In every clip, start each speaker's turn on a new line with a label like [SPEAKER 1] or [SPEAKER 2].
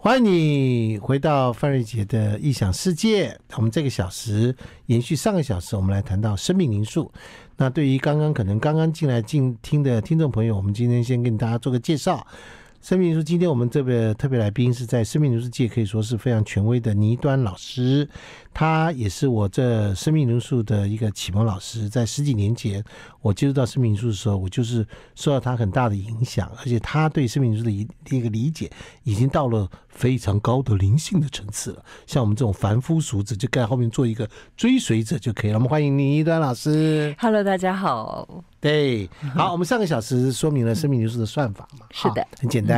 [SPEAKER 1] 欢迎你回到范瑞杰的异想世界。我们这个小时延续上个小时，我们来谈到生命灵数。那对于刚刚可能刚刚进来进听的听众朋友，我们今天先跟大家做个介绍。生命灵数，今天我们这个特别来宾是在生命灵数界可以说是非常权威的倪端老师，他也是我这生命灵数的一个启蒙老师。在十几年前我接触到生命灵数的时候，我就是受到他很大的影响，而且他对生命灵数的一一个理解已经到了非常高的灵性的层次了。像我们这种凡夫俗子，就在后面做一个追随者就可以了。我们欢迎倪端老师。
[SPEAKER 2] Hello，大家好。
[SPEAKER 1] 对， 好，我们上个小时说明了生命流数的算法嘛，
[SPEAKER 2] 是的
[SPEAKER 1] 好很简单。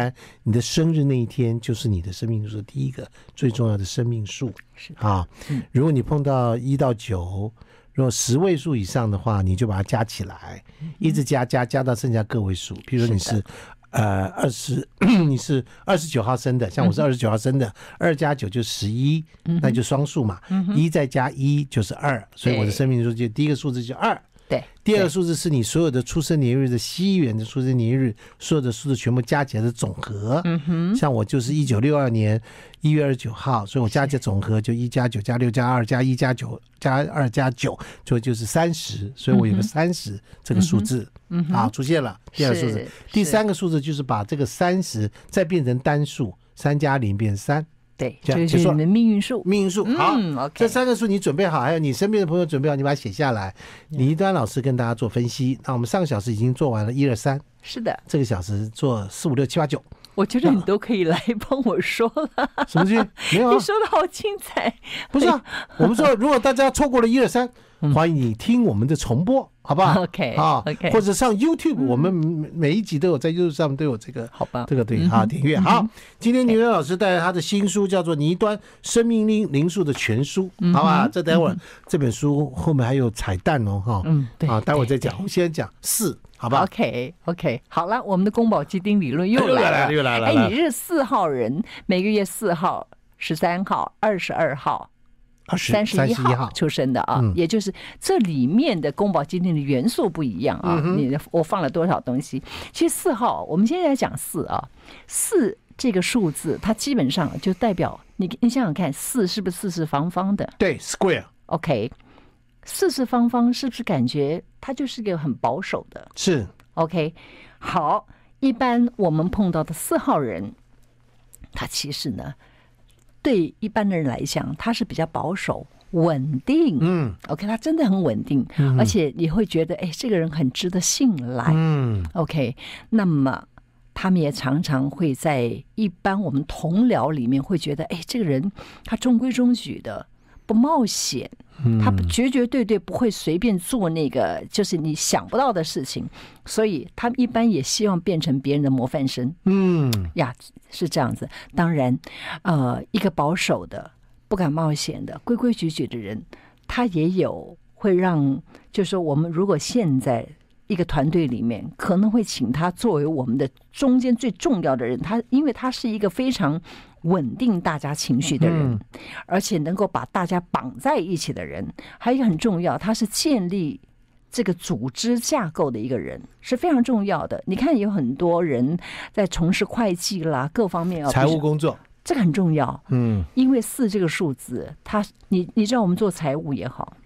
[SPEAKER 1] 你的生日那一天就是你的生命数的第一个最重要的生命数，
[SPEAKER 2] 是的嗯
[SPEAKER 1] 啊。如果你碰到一到九，如果十位数以上的话，你就把它加起来，一直加加加到剩下个位数。比如说你
[SPEAKER 2] 是的
[SPEAKER 1] 是呃二十你是二十九号生的，像我
[SPEAKER 2] 嗯
[SPEAKER 1] 是二十九号生的，二加九就十一，那就双数嘛，一再加一就是二，所以我的
[SPEAKER 2] 嗯对
[SPEAKER 1] 生命数就第一个数字就二。
[SPEAKER 2] 对，
[SPEAKER 1] 第二个
[SPEAKER 2] 对
[SPEAKER 1] 数字是你所有的出生年月日的西元的出生年月日，所有的数字全部加起来的总和。嗯哼，像我就是一九六二年一月二十九号，所以我加起来总和就一加九加六加二加一加九加二加九，所以就是三十，所以我有个三十这个数字，嗯啊出现了第二个数字
[SPEAKER 2] 是，
[SPEAKER 1] 第
[SPEAKER 2] 是
[SPEAKER 1] 三个数字就是把这个三十再变成单数，三加零变成三，
[SPEAKER 2] 对，
[SPEAKER 1] 这
[SPEAKER 2] 这
[SPEAKER 1] 样
[SPEAKER 2] 个是
[SPEAKER 1] 结束
[SPEAKER 2] 你
[SPEAKER 1] 了
[SPEAKER 2] 们命运数。
[SPEAKER 1] 命运数好。
[SPEAKER 2] 嗯，OK，
[SPEAKER 1] 这三个数你准备好，还有你身边的朋友准备好，你把它写下来。倪端老师跟大家做分析。那我们上个小时已经做完了一二三，
[SPEAKER 2] 是的，
[SPEAKER 1] 这个小时做四五六七八 九，
[SPEAKER 2] 我觉得你都可以来帮我说了，
[SPEAKER 1] 什么东西？没有啊
[SPEAKER 2] 你，说的好精 彩。
[SPEAKER 1] 不是 啊。我们说，如果大家错过了一二三，欢迎你听我们的重播，好不好
[SPEAKER 2] 嗯 OK，
[SPEAKER 1] 啊
[SPEAKER 2] OK 嗯
[SPEAKER 1] 或者上 YouTube，我们每一集都有在 YouTube 上都有这个
[SPEAKER 2] 好吧
[SPEAKER 1] 这个对啊，点阅
[SPEAKER 2] 嗯
[SPEAKER 1] 好。今天倪文老师带来他的新书，叫做《倪端生命灵灵数的全书》，
[SPEAKER 2] 嗯
[SPEAKER 1] 好吧？这待会儿这本书后面还有彩蛋哦，哈，
[SPEAKER 2] 嗯对
[SPEAKER 1] 啊，待会儿再
[SPEAKER 2] 对
[SPEAKER 1] 讲，我们先讲四，好吧？
[SPEAKER 2] OK OK，好了，我们的宫保鸡丁理论又
[SPEAKER 1] 又来
[SPEAKER 2] 来
[SPEAKER 1] 了又来了来
[SPEAKER 2] 哎，
[SPEAKER 1] 了
[SPEAKER 2] 你是四号人，每个月四号、十三号、二十二号、
[SPEAKER 1] 二十
[SPEAKER 2] 三十
[SPEAKER 1] 十
[SPEAKER 2] 一
[SPEAKER 1] 一
[SPEAKER 2] 号
[SPEAKER 1] 号，嗯
[SPEAKER 2] 出生的啊，也就是这里面的宫保鸡丁的元素不一样
[SPEAKER 1] 嗯
[SPEAKER 2] 啊。你的我放了多少东西？其实四号，我们现在来讲四啊，四这个数字，它基本上就代表你，你想想看，四是不是四四方方的
[SPEAKER 1] 对，Square
[SPEAKER 2] ？OK，四四方方是不是感觉它就是一个很保守的？
[SPEAKER 1] 是
[SPEAKER 2] OK，好，一般我们碰到的四号人，他其实呢，对一般的人来讲，他是比较保守、稳定。
[SPEAKER 1] 嗯
[SPEAKER 2] OK，他真的很稳定，而且你会觉得，哎，这个人很值得信赖。
[SPEAKER 1] 嗯
[SPEAKER 2] OK，那么他们也常常会在一般我们同僚里面会觉得，哎，这个人他中规中矩的，不冒险，他不绝绝对对不会随便做那个就是你想不到的事情，所以他们一般也希望变成别人的模范生
[SPEAKER 1] 嗯
[SPEAKER 2] 呀，是这样子。当然，呃，一个保守的、不敢冒险的、规规矩矩的人，他也有会让，就是说我们如果现在一个团队里面可能会请他作为我们的中间最重要的人，他因为他是一个非常稳定大家情绪的
[SPEAKER 1] 嗯
[SPEAKER 2] 人，而且能够把大家绑在一起的人，还有一个很重要，他是建立。这个组织架构的一个人是非常重要的。你看，有很多人在从事会计啦，各方面啊，
[SPEAKER 1] 财
[SPEAKER 2] 不
[SPEAKER 1] 务
[SPEAKER 2] 是
[SPEAKER 1] 工作，
[SPEAKER 2] 这个很重要。
[SPEAKER 1] 嗯
[SPEAKER 2] 因为四这个数字，它你你知道，我们做财务也好，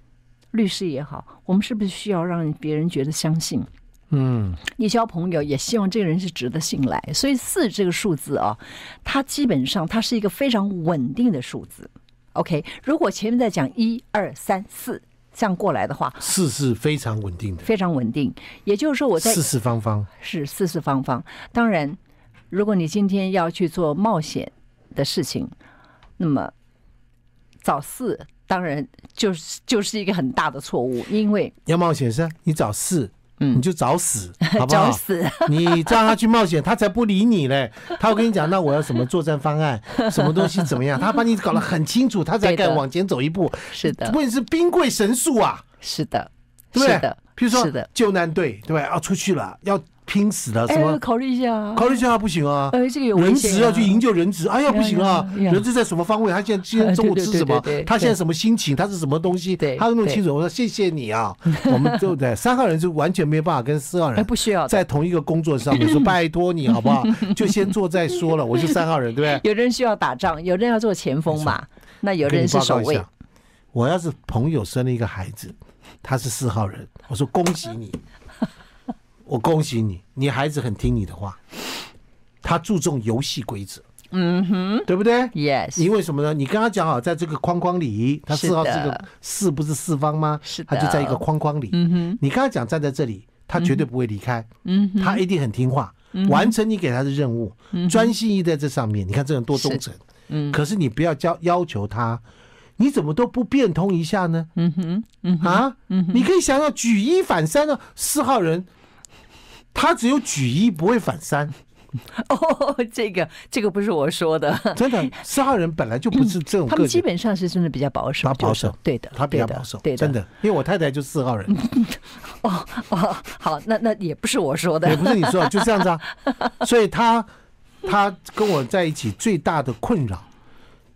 [SPEAKER 2] 律师也好，我们是不是需要让别人觉得相信？
[SPEAKER 1] 嗯
[SPEAKER 2] 你交朋友也希望这个人是值得信赖，所以四这个数字啊，它基本上它是一个非常稳定的数字。OK，如果前面在讲一二三四这样过来的话，
[SPEAKER 1] 四是非常稳定的，
[SPEAKER 2] 非常稳定。也就是说，我在
[SPEAKER 1] 四四方方，
[SPEAKER 2] 是四四方方。当然，如果你今天要去做冒险的事情，那么找四当然就是就是一个很大的错误，因为
[SPEAKER 1] 要冒险是，啊你找四，
[SPEAKER 2] 嗯
[SPEAKER 1] 你就找 死，好不
[SPEAKER 2] 找
[SPEAKER 1] 好？
[SPEAKER 2] 死
[SPEAKER 1] 你让他去冒险，他才不理你嘞。他会跟你讲，那我要什么作战方案，什么东西怎么样，他把你搞得很清楚，他才
[SPEAKER 2] 对的
[SPEAKER 1] 敢往前走一步。
[SPEAKER 2] 是的
[SPEAKER 1] 问题是兵贵神速啊，
[SPEAKER 2] 是的，
[SPEAKER 1] 对不对？
[SPEAKER 2] 是的，
[SPEAKER 1] 譬如说
[SPEAKER 2] 是的，
[SPEAKER 1] 啊救难队，对吧？要出去了，要拼死的，什
[SPEAKER 2] 哎，
[SPEAKER 1] 么
[SPEAKER 2] 考虑一下啊，
[SPEAKER 1] 考虑一下不行啊，
[SPEAKER 2] 呃，这个有危
[SPEAKER 1] 人
[SPEAKER 2] 险
[SPEAKER 1] 质要
[SPEAKER 2] 啊
[SPEAKER 1] 去营救人质，哎呀不行啊，
[SPEAKER 2] 呀呀呀
[SPEAKER 1] 人质在什么方位？他现在今天中午吃什么
[SPEAKER 2] 对对对对对？
[SPEAKER 1] 他现在什么心情？他是什么东西？
[SPEAKER 2] 对
[SPEAKER 1] 他都弄清楚。我说谢谢你啊，我们就在三号人是完全没办法跟四号
[SPEAKER 2] 哎，
[SPEAKER 1] 人
[SPEAKER 2] 不需要的。
[SPEAKER 1] 在同一个工作上面 说拜托你好不好？就先做再说了，我是三号人，对不对？
[SPEAKER 2] 有的人需要打仗，有的人要做前锋嘛，那 有的
[SPEAKER 1] 跟你
[SPEAKER 2] 人是
[SPEAKER 1] 报
[SPEAKER 2] 守
[SPEAKER 1] 告一
[SPEAKER 2] 卫
[SPEAKER 1] 下。，我要是朋友生了一个孩子，他是四号人，我说恭喜 你，我恭喜你，你孩子很听你的话，他注重游戏规则，
[SPEAKER 2] 嗯哼
[SPEAKER 1] 对不对？
[SPEAKER 2] ，yes，
[SPEAKER 1] 因为什么呢？你跟他讲好，在这个框框里，他
[SPEAKER 2] 是
[SPEAKER 1] 四号是
[SPEAKER 2] 的
[SPEAKER 1] 个四，不是四方吗？
[SPEAKER 2] 是
[SPEAKER 1] 他
[SPEAKER 2] 的，
[SPEAKER 1] 就在一个框框里。
[SPEAKER 2] 嗯哼，
[SPEAKER 1] 你跟他讲站在这里，他绝对不会离开，
[SPEAKER 2] 嗯哼，嗯
[SPEAKER 1] 他一定很听话，完成你给他的任务，专心意在这上面。你看这人多忠诚。
[SPEAKER 2] 嗯
[SPEAKER 1] 可是你不要要要求他，你怎么都不变通一下呢？
[SPEAKER 2] 嗯哼，嗯哼，
[SPEAKER 1] 啊，你可以想想举一反三的四号人，他只有举一不会反 三，
[SPEAKER 2] 哦，这个这个不是我说的，
[SPEAKER 1] 真的，四号人本来就不是这种
[SPEAKER 2] 嗯他
[SPEAKER 1] 个
[SPEAKER 2] 们基
[SPEAKER 1] 性。
[SPEAKER 2] 本上是真的比较保守，
[SPEAKER 1] 他保
[SPEAKER 2] 就是
[SPEAKER 1] 守
[SPEAKER 2] 对的，
[SPEAKER 1] 他比较
[SPEAKER 2] 对的
[SPEAKER 1] 保守，
[SPEAKER 2] 对
[SPEAKER 1] 真。的，因为我太太就四号人，
[SPEAKER 2] 哦 哦，好，那那也不是我说
[SPEAKER 1] 也
[SPEAKER 2] 的，
[SPEAKER 1] 不是你说的，就这样 子啊。所以他他跟我在一起最大的困扰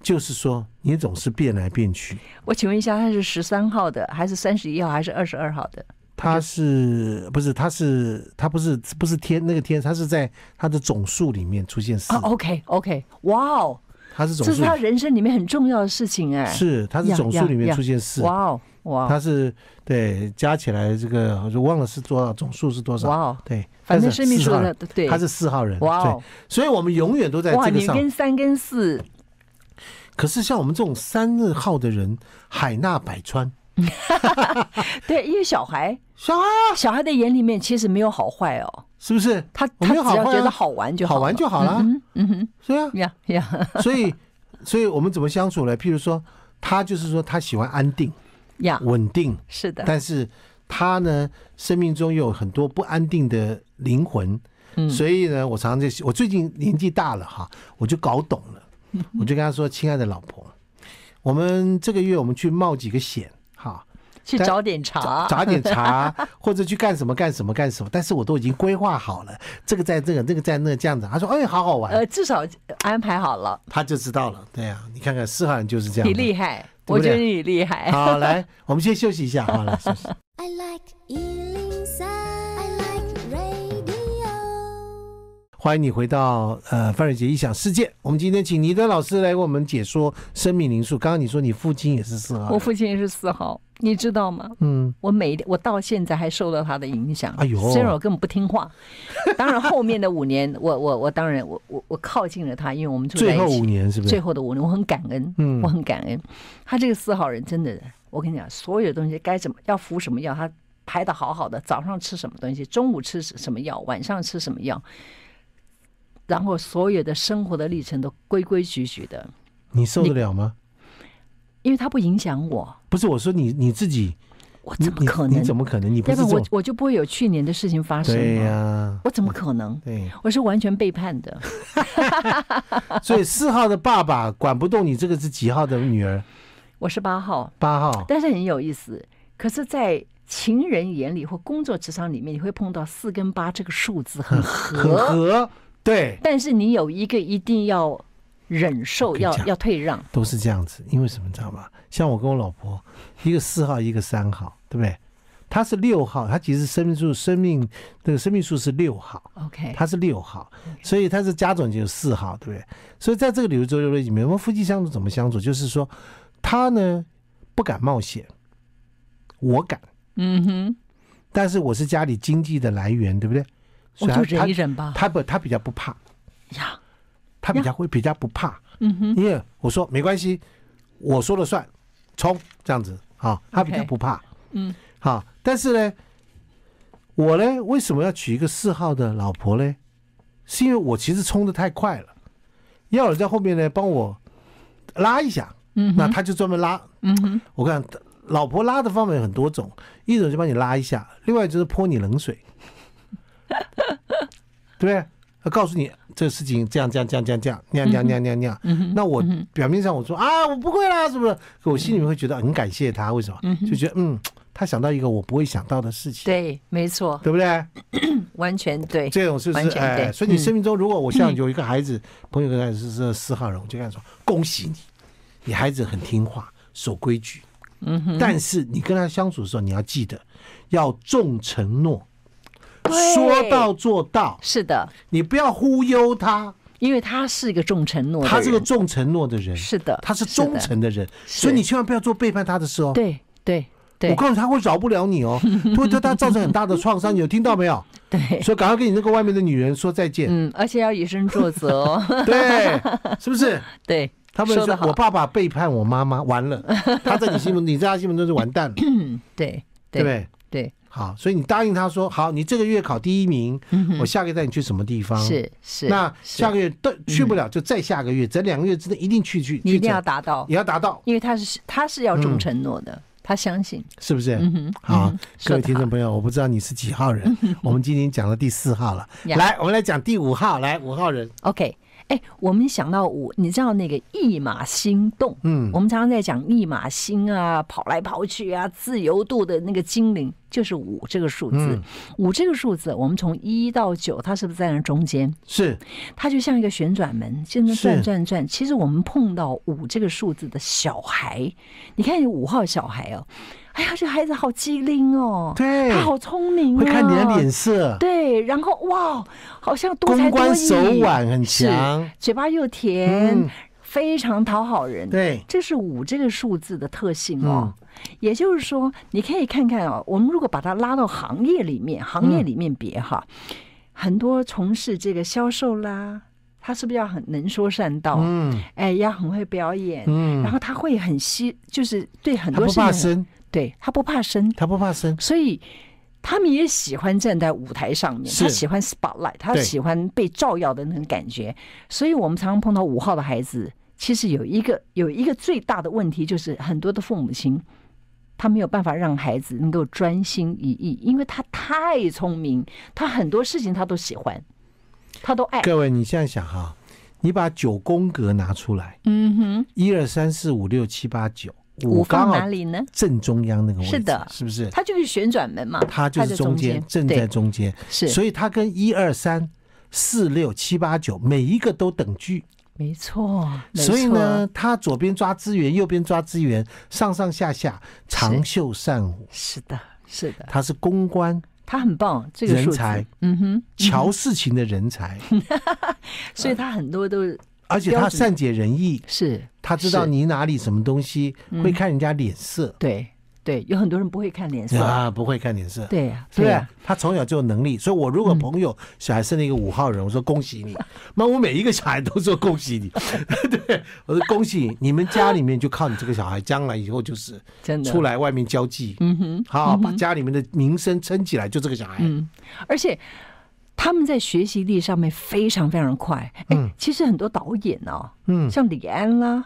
[SPEAKER 1] 就是说，你总是变来变去。
[SPEAKER 2] 我请问一下，他是十三号的，还是三十一号，还是二十二号的？
[SPEAKER 1] 他是不是？他是他不是不是天那个天，他是在他的总数里面出现四
[SPEAKER 2] 啊，，OK OK，哇哦，
[SPEAKER 1] 他是总
[SPEAKER 2] 这是
[SPEAKER 1] 数，
[SPEAKER 2] 他人生里面很重要的事情哎，
[SPEAKER 1] 是他是
[SPEAKER 2] 呀
[SPEAKER 1] 总数
[SPEAKER 2] 呀
[SPEAKER 1] 里面
[SPEAKER 2] 呀
[SPEAKER 1] 出现四，
[SPEAKER 2] 哇哦哇哦
[SPEAKER 1] 他是对加起来这个我就忘了是多少，总数是多
[SPEAKER 2] 哇
[SPEAKER 1] 少？
[SPEAKER 2] 哦，
[SPEAKER 1] 对，
[SPEAKER 2] 反正
[SPEAKER 1] 但是
[SPEAKER 2] 生命
[SPEAKER 1] 四
[SPEAKER 2] 数
[SPEAKER 1] 号
[SPEAKER 2] 的
[SPEAKER 1] 人，
[SPEAKER 2] 对，
[SPEAKER 1] 他是四号人，
[SPEAKER 2] 哇
[SPEAKER 1] 对
[SPEAKER 2] 哦，
[SPEAKER 1] 所以我们永远都在
[SPEAKER 2] 哇，
[SPEAKER 1] 这个
[SPEAKER 2] 你
[SPEAKER 1] 上。
[SPEAKER 2] 跟三跟四
[SPEAKER 1] 可是像我们这种三日号的人，海纳百川，
[SPEAKER 2] 对，因为小孩
[SPEAKER 1] 小孩
[SPEAKER 2] 小孩的眼里面其实没有好坏哦，
[SPEAKER 1] 是不是？
[SPEAKER 2] 他
[SPEAKER 1] 我
[SPEAKER 2] 他
[SPEAKER 1] 们
[SPEAKER 2] 只
[SPEAKER 1] 有好
[SPEAKER 2] 要
[SPEAKER 1] 坏
[SPEAKER 2] 觉得
[SPEAKER 1] 啊
[SPEAKER 2] 好玩就
[SPEAKER 1] 好
[SPEAKER 2] 好
[SPEAKER 1] 玩就好了，
[SPEAKER 2] 嗯嗯哼
[SPEAKER 1] 是啊。
[SPEAKER 2] 呀呀
[SPEAKER 1] 所以，所以我们怎么相处呢？譬如说，他就是说他喜欢安定、
[SPEAKER 2] 呀，
[SPEAKER 1] 稳定，
[SPEAKER 2] 是的，
[SPEAKER 1] 但是他呢，生命中有很多不安定的灵魂，
[SPEAKER 2] 嗯
[SPEAKER 1] 所以呢，我常常就我最近年纪大了哈，我就搞懂了，
[SPEAKER 2] 嗯
[SPEAKER 1] 我就跟他说：“亲爱的老婆，我们这个月我们去冒几个险哈，
[SPEAKER 2] 去
[SPEAKER 1] 但
[SPEAKER 2] 找点茶，
[SPEAKER 1] 找点茶，或者去干什么干什么干什么。但是我都已经规划好了，这个在这个，那个在那这样子。”他说：“哎，好好玩。
[SPEAKER 2] 呃，至少安排好了，”
[SPEAKER 1] 他就知道了。对呀、啊，你看看四号人就是这样
[SPEAKER 2] 你
[SPEAKER 1] 的。
[SPEAKER 2] 厉害，
[SPEAKER 1] 对
[SPEAKER 2] 我
[SPEAKER 1] 不对
[SPEAKER 2] 觉得你厉害。
[SPEAKER 1] 好，来，我们先休息一下。好，来休 息。
[SPEAKER 3] I like Ealing Sound. I like radio.
[SPEAKER 1] 欢迎你回到呃范瑞杰异想世界。我们今天请倪德老师来为我们解说生命灵数。刚刚你说你父亲也是四号人，
[SPEAKER 2] 我父亲是四号，你知道吗？
[SPEAKER 1] 嗯，
[SPEAKER 2] 我每一天，我到现在还受到他的影响。
[SPEAKER 1] 哎呦
[SPEAKER 2] 虽然我根本不听话，当然后面的五年，我我我当然我我我靠近了他，因为我们住在
[SPEAKER 1] 最后
[SPEAKER 2] 一起
[SPEAKER 1] 五。年是不
[SPEAKER 2] 最
[SPEAKER 1] 是？
[SPEAKER 2] 后的五年，我很感恩，
[SPEAKER 1] 嗯
[SPEAKER 2] 我很感恩。他这个四号人真的，我跟你讲，所有东西该怎么要服什么药，他排的好好的，早上吃什么东西，中午吃什么药，晚上吃什么药，然后所有的生活的历程都规规矩矩的，
[SPEAKER 1] 你受得了吗？
[SPEAKER 2] 因为他不影响我，
[SPEAKER 1] 不是，我说你你自己，
[SPEAKER 2] 我
[SPEAKER 1] 你
[SPEAKER 2] 怎么可
[SPEAKER 1] 你
[SPEAKER 2] 能？
[SPEAKER 1] 你怎么可能？你不
[SPEAKER 2] 要
[SPEAKER 1] 是
[SPEAKER 2] 不
[SPEAKER 1] 这
[SPEAKER 2] 然我
[SPEAKER 1] 种？
[SPEAKER 2] 我就不会有去年的事情发生
[SPEAKER 1] 对
[SPEAKER 2] 嘛
[SPEAKER 1] 呀、
[SPEAKER 2] 我怎么可能？
[SPEAKER 1] 对。
[SPEAKER 2] 我是完全背叛的。
[SPEAKER 1] 所以四号的爸爸管不动你这个是几号的女儿？
[SPEAKER 2] 我是八号，
[SPEAKER 1] 八号。
[SPEAKER 2] 但是很有意思。可是，在情人眼里或工作职场里面，你会碰到四跟八这个数字很合，
[SPEAKER 1] 很合，对，
[SPEAKER 2] 但是你有一个一定要忍受，
[SPEAKER 1] 跟你
[SPEAKER 2] 要
[SPEAKER 1] 讲
[SPEAKER 2] 要退让。
[SPEAKER 1] 都是这样子。因为什么你知道吗？像我跟我老婆，一个四号，一个三号，对不对？她是六号，她其实生命数生命那个生命数是六号，
[SPEAKER 2] OK，
[SPEAKER 1] 她是六号，所以她是家总就有四号，对不对？所以在这个柳州流里面，我们夫妻相处怎么相处？就是说，她呢不敢冒险，我敢，
[SPEAKER 2] 嗯哼，
[SPEAKER 1] 但是我是家里经济的来源，对不对？
[SPEAKER 2] 我
[SPEAKER 1] 所以
[SPEAKER 2] 哦就
[SPEAKER 1] 她
[SPEAKER 2] 忍一忍吧。
[SPEAKER 1] 她她不，她比较不怕，
[SPEAKER 2] 啊呀，
[SPEAKER 1] 她比较会比较不怕。
[SPEAKER 2] 嗯哼，
[SPEAKER 1] 因为我说没关系，我说了算，冲这样子啊，他比较
[SPEAKER 2] OK
[SPEAKER 1] 不怕，
[SPEAKER 2] 嗯，
[SPEAKER 1] 好，但是呢，我呢为什么要娶一个四号的老婆呢？是因为我其实冲的太快了，要有人在后面呢帮我拉一下，
[SPEAKER 2] 嗯
[SPEAKER 1] 那他就专门拉，
[SPEAKER 2] 嗯哼，
[SPEAKER 1] 我看老婆拉的方法有很多种，一种就把你拉一下，另外就是泼你冷 水，对不对？他告诉你这个事情这样这样这样这样这样那样那样那样那样那样。
[SPEAKER 2] 嗯
[SPEAKER 1] 那我表面上我说啊我不会啦，是不是？可我心里面会觉得很感谢他，为什么？就觉得嗯，他想到一个我不会想到的事情，
[SPEAKER 2] 对，没错，
[SPEAKER 1] 对不对？
[SPEAKER 2] 完全对，
[SPEAKER 1] 这种是不
[SPEAKER 2] 完
[SPEAKER 1] 是？
[SPEAKER 2] 全对
[SPEAKER 1] 哎，所以你
[SPEAKER 2] 嗯
[SPEAKER 1] 生命中，如果我像有一个孩子，朋友跟孩子是四号人，我就跟他说：恭喜你，你孩子很听话，守规矩。
[SPEAKER 2] 嗯哼，
[SPEAKER 1] 但是你跟他相处的时候，你要记得要重承诺，
[SPEAKER 2] 对
[SPEAKER 1] 说到做到，
[SPEAKER 2] 是的，
[SPEAKER 1] 你不要忽悠他。
[SPEAKER 2] 因为他是一个重承诺的人，
[SPEAKER 1] 他是个重承诺的人，
[SPEAKER 2] 是的
[SPEAKER 1] 他是
[SPEAKER 2] 是的
[SPEAKER 1] 忠诚的人，
[SPEAKER 2] 是
[SPEAKER 1] 所以你千万不要做背叛他的事哦。
[SPEAKER 2] 对对
[SPEAKER 1] 我
[SPEAKER 2] 对
[SPEAKER 1] 告诉你，他会饶不了你哦，会对他造成很大的创伤。你有听到没有？
[SPEAKER 2] 对，
[SPEAKER 1] 所以赶快跟你那个外面的女人说再见。
[SPEAKER 2] 嗯，而且要以身作 则哦，
[SPEAKER 1] 对，是不是？
[SPEAKER 2] 对，
[SPEAKER 1] 他们
[SPEAKER 2] 说
[SPEAKER 1] 说
[SPEAKER 2] 得好
[SPEAKER 1] 我爸爸背叛我妈妈，完 了，他在你心目，你在他心目中就完蛋了，
[SPEAKER 2] 嗯对
[SPEAKER 1] 对不
[SPEAKER 2] 对
[SPEAKER 1] 对？
[SPEAKER 2] 对，
[SPEAKER 1] 好，所以你答应他说好，你这个月考第一名，我下个月带你去什么地方？，
[SPEAKER 2] 嗯是
[SPEAKER 1] 嗯
[SPEAKER 2] 是，
[SPEAKER 1] 那
[SPEAKER 2] 是嗯
[SPEAKER 1] 下个月都去不了，就再下个月，这两个月之内一定去去，
[SPEAKER 2] 你一
[SPEAKER 1] 去
[SPEAKER 2] 定要
[SPEAKER 1] 整
[SPEAKER 2] 达到，
[SPEAKER 1] 也要达到，
[SPEAKER 2] 因为他是他是要重
[SPEAKER 1] 嗯
[SPEAKER 2] 承诺的，他相信，
[SPEAKER 1] 是不是？
[SPEAKER 2] 嗯哼，
[SPEAKER 1] 好
[SPEAKER 2] 嗯哼，
[SPEAKER 1] 各位
[SPEAKER 2] 说得
[SPEAKER 1] 听众
[SPEAKER 2] 好嗯
[SPEAKER 1] 朋友，我不知道你是几号人，我们今天讲了第四号了，
[SPEAKER 2] 呀
[SPEAKER 1] 来，我们来讲第五号，来五号人，
[SPEAKER 2] OK，哎，我们想到五，你知道那个一马心动，
[SPEAKER 1] 嗯
[SPEAKER 2] 我们常常在讲一马心啊，跑来跑去啊，自由度的那个精灵就是五这个数字
[SPEAKER 1] 嗯。
[SPEAKER 2] 五、这个数字，我们从一到九，它是不是在那中间？
[SPEAKER 1] 是
[SPEAKER 2] 它就像一个旋转门，就那
[SPEAKER 1] 是
[SPEAKER 2] 转转转。其实我们碰到五这个数字的小孩，你看五号小孩哦，哎呀，这孩子好机灵哦，
[SPEAKER 1] 对
[SPEAKER 2] 他好聪明、啊，
[SPEAKER 1] 会看你的脸色，
[SPEAKER 2] 对，然后哇，好像多
[SPEAKER 1] 公
[SPEAKER 2] 才多
[SPEAKER 1] 关
[SPEAKER 2] 艺
[SPEAKER 1] 手腕很
[SPEAKER 2] 是
[SPEAKER 1] 强，
[SPEAKER 2] 嘴巴又甜，
[SPEAKER 1] 嗯
[SPEAKER 2] 非常讨好人。，
[SPEAKER 1] 对，嗯
[SPEAKER 2] 这是五这个数字的特性哦。也就是说，你可以看看哦，我们如果把它拉到行业里面，行业里面别哈，
[SPEAKER 1] 嗯
[SPEAKER 2] 很多从事这个销售啦，他是不是要很能说善道？
[SPEAKER 1] 嗯
[SPEAKER 2] 哎，要很会表演。
[SPEAKER 1] 嗯
[SPEAKER 2] 然，后他会很吸，就是对很
[SPEAKER 1] 他
[SPEAKER 2] 多
[SPEAKER 1] 不
[SPEAKER 2] 事情
[SPEAKER 1] 怕
[SPEAKER 2] 很，
[SPEAKER 1] 生，
[SPEAKER 2] 对他不怕生，
[SPEAKER 1] 他不怕生，
[SPEAKER 2] 所以他们也喜欢站在舞台上面，
[SPEAKER 1] 是
[SPEAKER 2] 他喜欢 spotlight，他
[SPEAKER 1] 对
[SPEAKER 2] 喜欢被照耀的那种感觉。所以我们常常碰到五号的孩子，其实有一个有一个最大的问题，就是很多的父母亲。他没有办法让孩子能够专心一意，因为他太聪明，他很多事情他都喜欢，他都爱。
[SPEAKER 1] 各位，你现在想哈，你把九宫格拿出来，
[SPEAKER 2] 嗯哼，
[SPEAKER 1] 一二三四五六七八九，
[SPEAKER 2] 五
[SPEAKER 1] 五刚
[SPEAKER 2] 放哪
[SPEAKER 1] 好
[SPEAKER 2] 里呢？
[SPEAKER 1] 正中央那个位置，
[SPEAKER 2] 是的
[SPEAKER 1] 是不是？
[SPEAKER 2] 它就是旋转门嘛，
[SPEAKER 1] 它就是中间，正在
[SPEAKER 2] 对，
[SPEAKER 1] 中间，
[SPEAKER 2] 是
[SPEAKER 1] 所以它跟一二三四六七八九每一个都等距，
[SPEAKER 2] 没错。没
[SPEAKER 1] 所以
[SPEAKER 2] 错
[SPEAKER 1] 呢，，它左边抓资源，右边抓资源，上上下下长袖善舞，
[SPEAKER 2] 是的，是的。
[SPEAKER 1] 它是公关
[SPEAKER 2] 他很棒，这个
[SPEAKER 1] 人
[SPEAKER 2] 数
[SPEAKER 1] 才
[SPEAKER 2] 字，，嗯哼，
[SPEAKER 1] 瞧事情的人 才，
[SPEAKER 2] 所以他很多都
[SPEAKER 1] 而且他
[SPEAKER 2] 标准
[SPEAKER 1] 善解人意，
[SPEAKER 2] 是
[SPEAKER 1] 他知道
[SPEAKER 2] 是嗯
[SPEAKER 1] 你哪里什么东西，会看人家脸色。
[SPEAKER 2] 对对，有很多人不会看脸色，
[SPEAKER 1] 啊，不会看脸色，
[SPEAKER 2] 对呀，
[SPEAKER 1] 对
[SPEAKER 2] 呀嗯
[SPEAKER 1] 啊，，他从小就有能力，所以我如果朋友小孩生了一个五号人，我说恭喜你， 那我每一个小孩都说恭喜 你，对，我说恭喜你，你们家里面就靠你这个小孩，将来以后就是
[SPEAKER 2] 真的
[SPEAKER 1] 出。来外面交际，
[SPEAKER 2] 嗯哼，嗯
[SPEAKER 1] 好把家里面的名声撑起来，就这个小孩，
[SPEAKER 2] 而且他们在学习力上面非常非常快。哎，其实很多导演哦，
[SPEAKER 1] 嗯，
[SPEAKER 2] 像李安啦，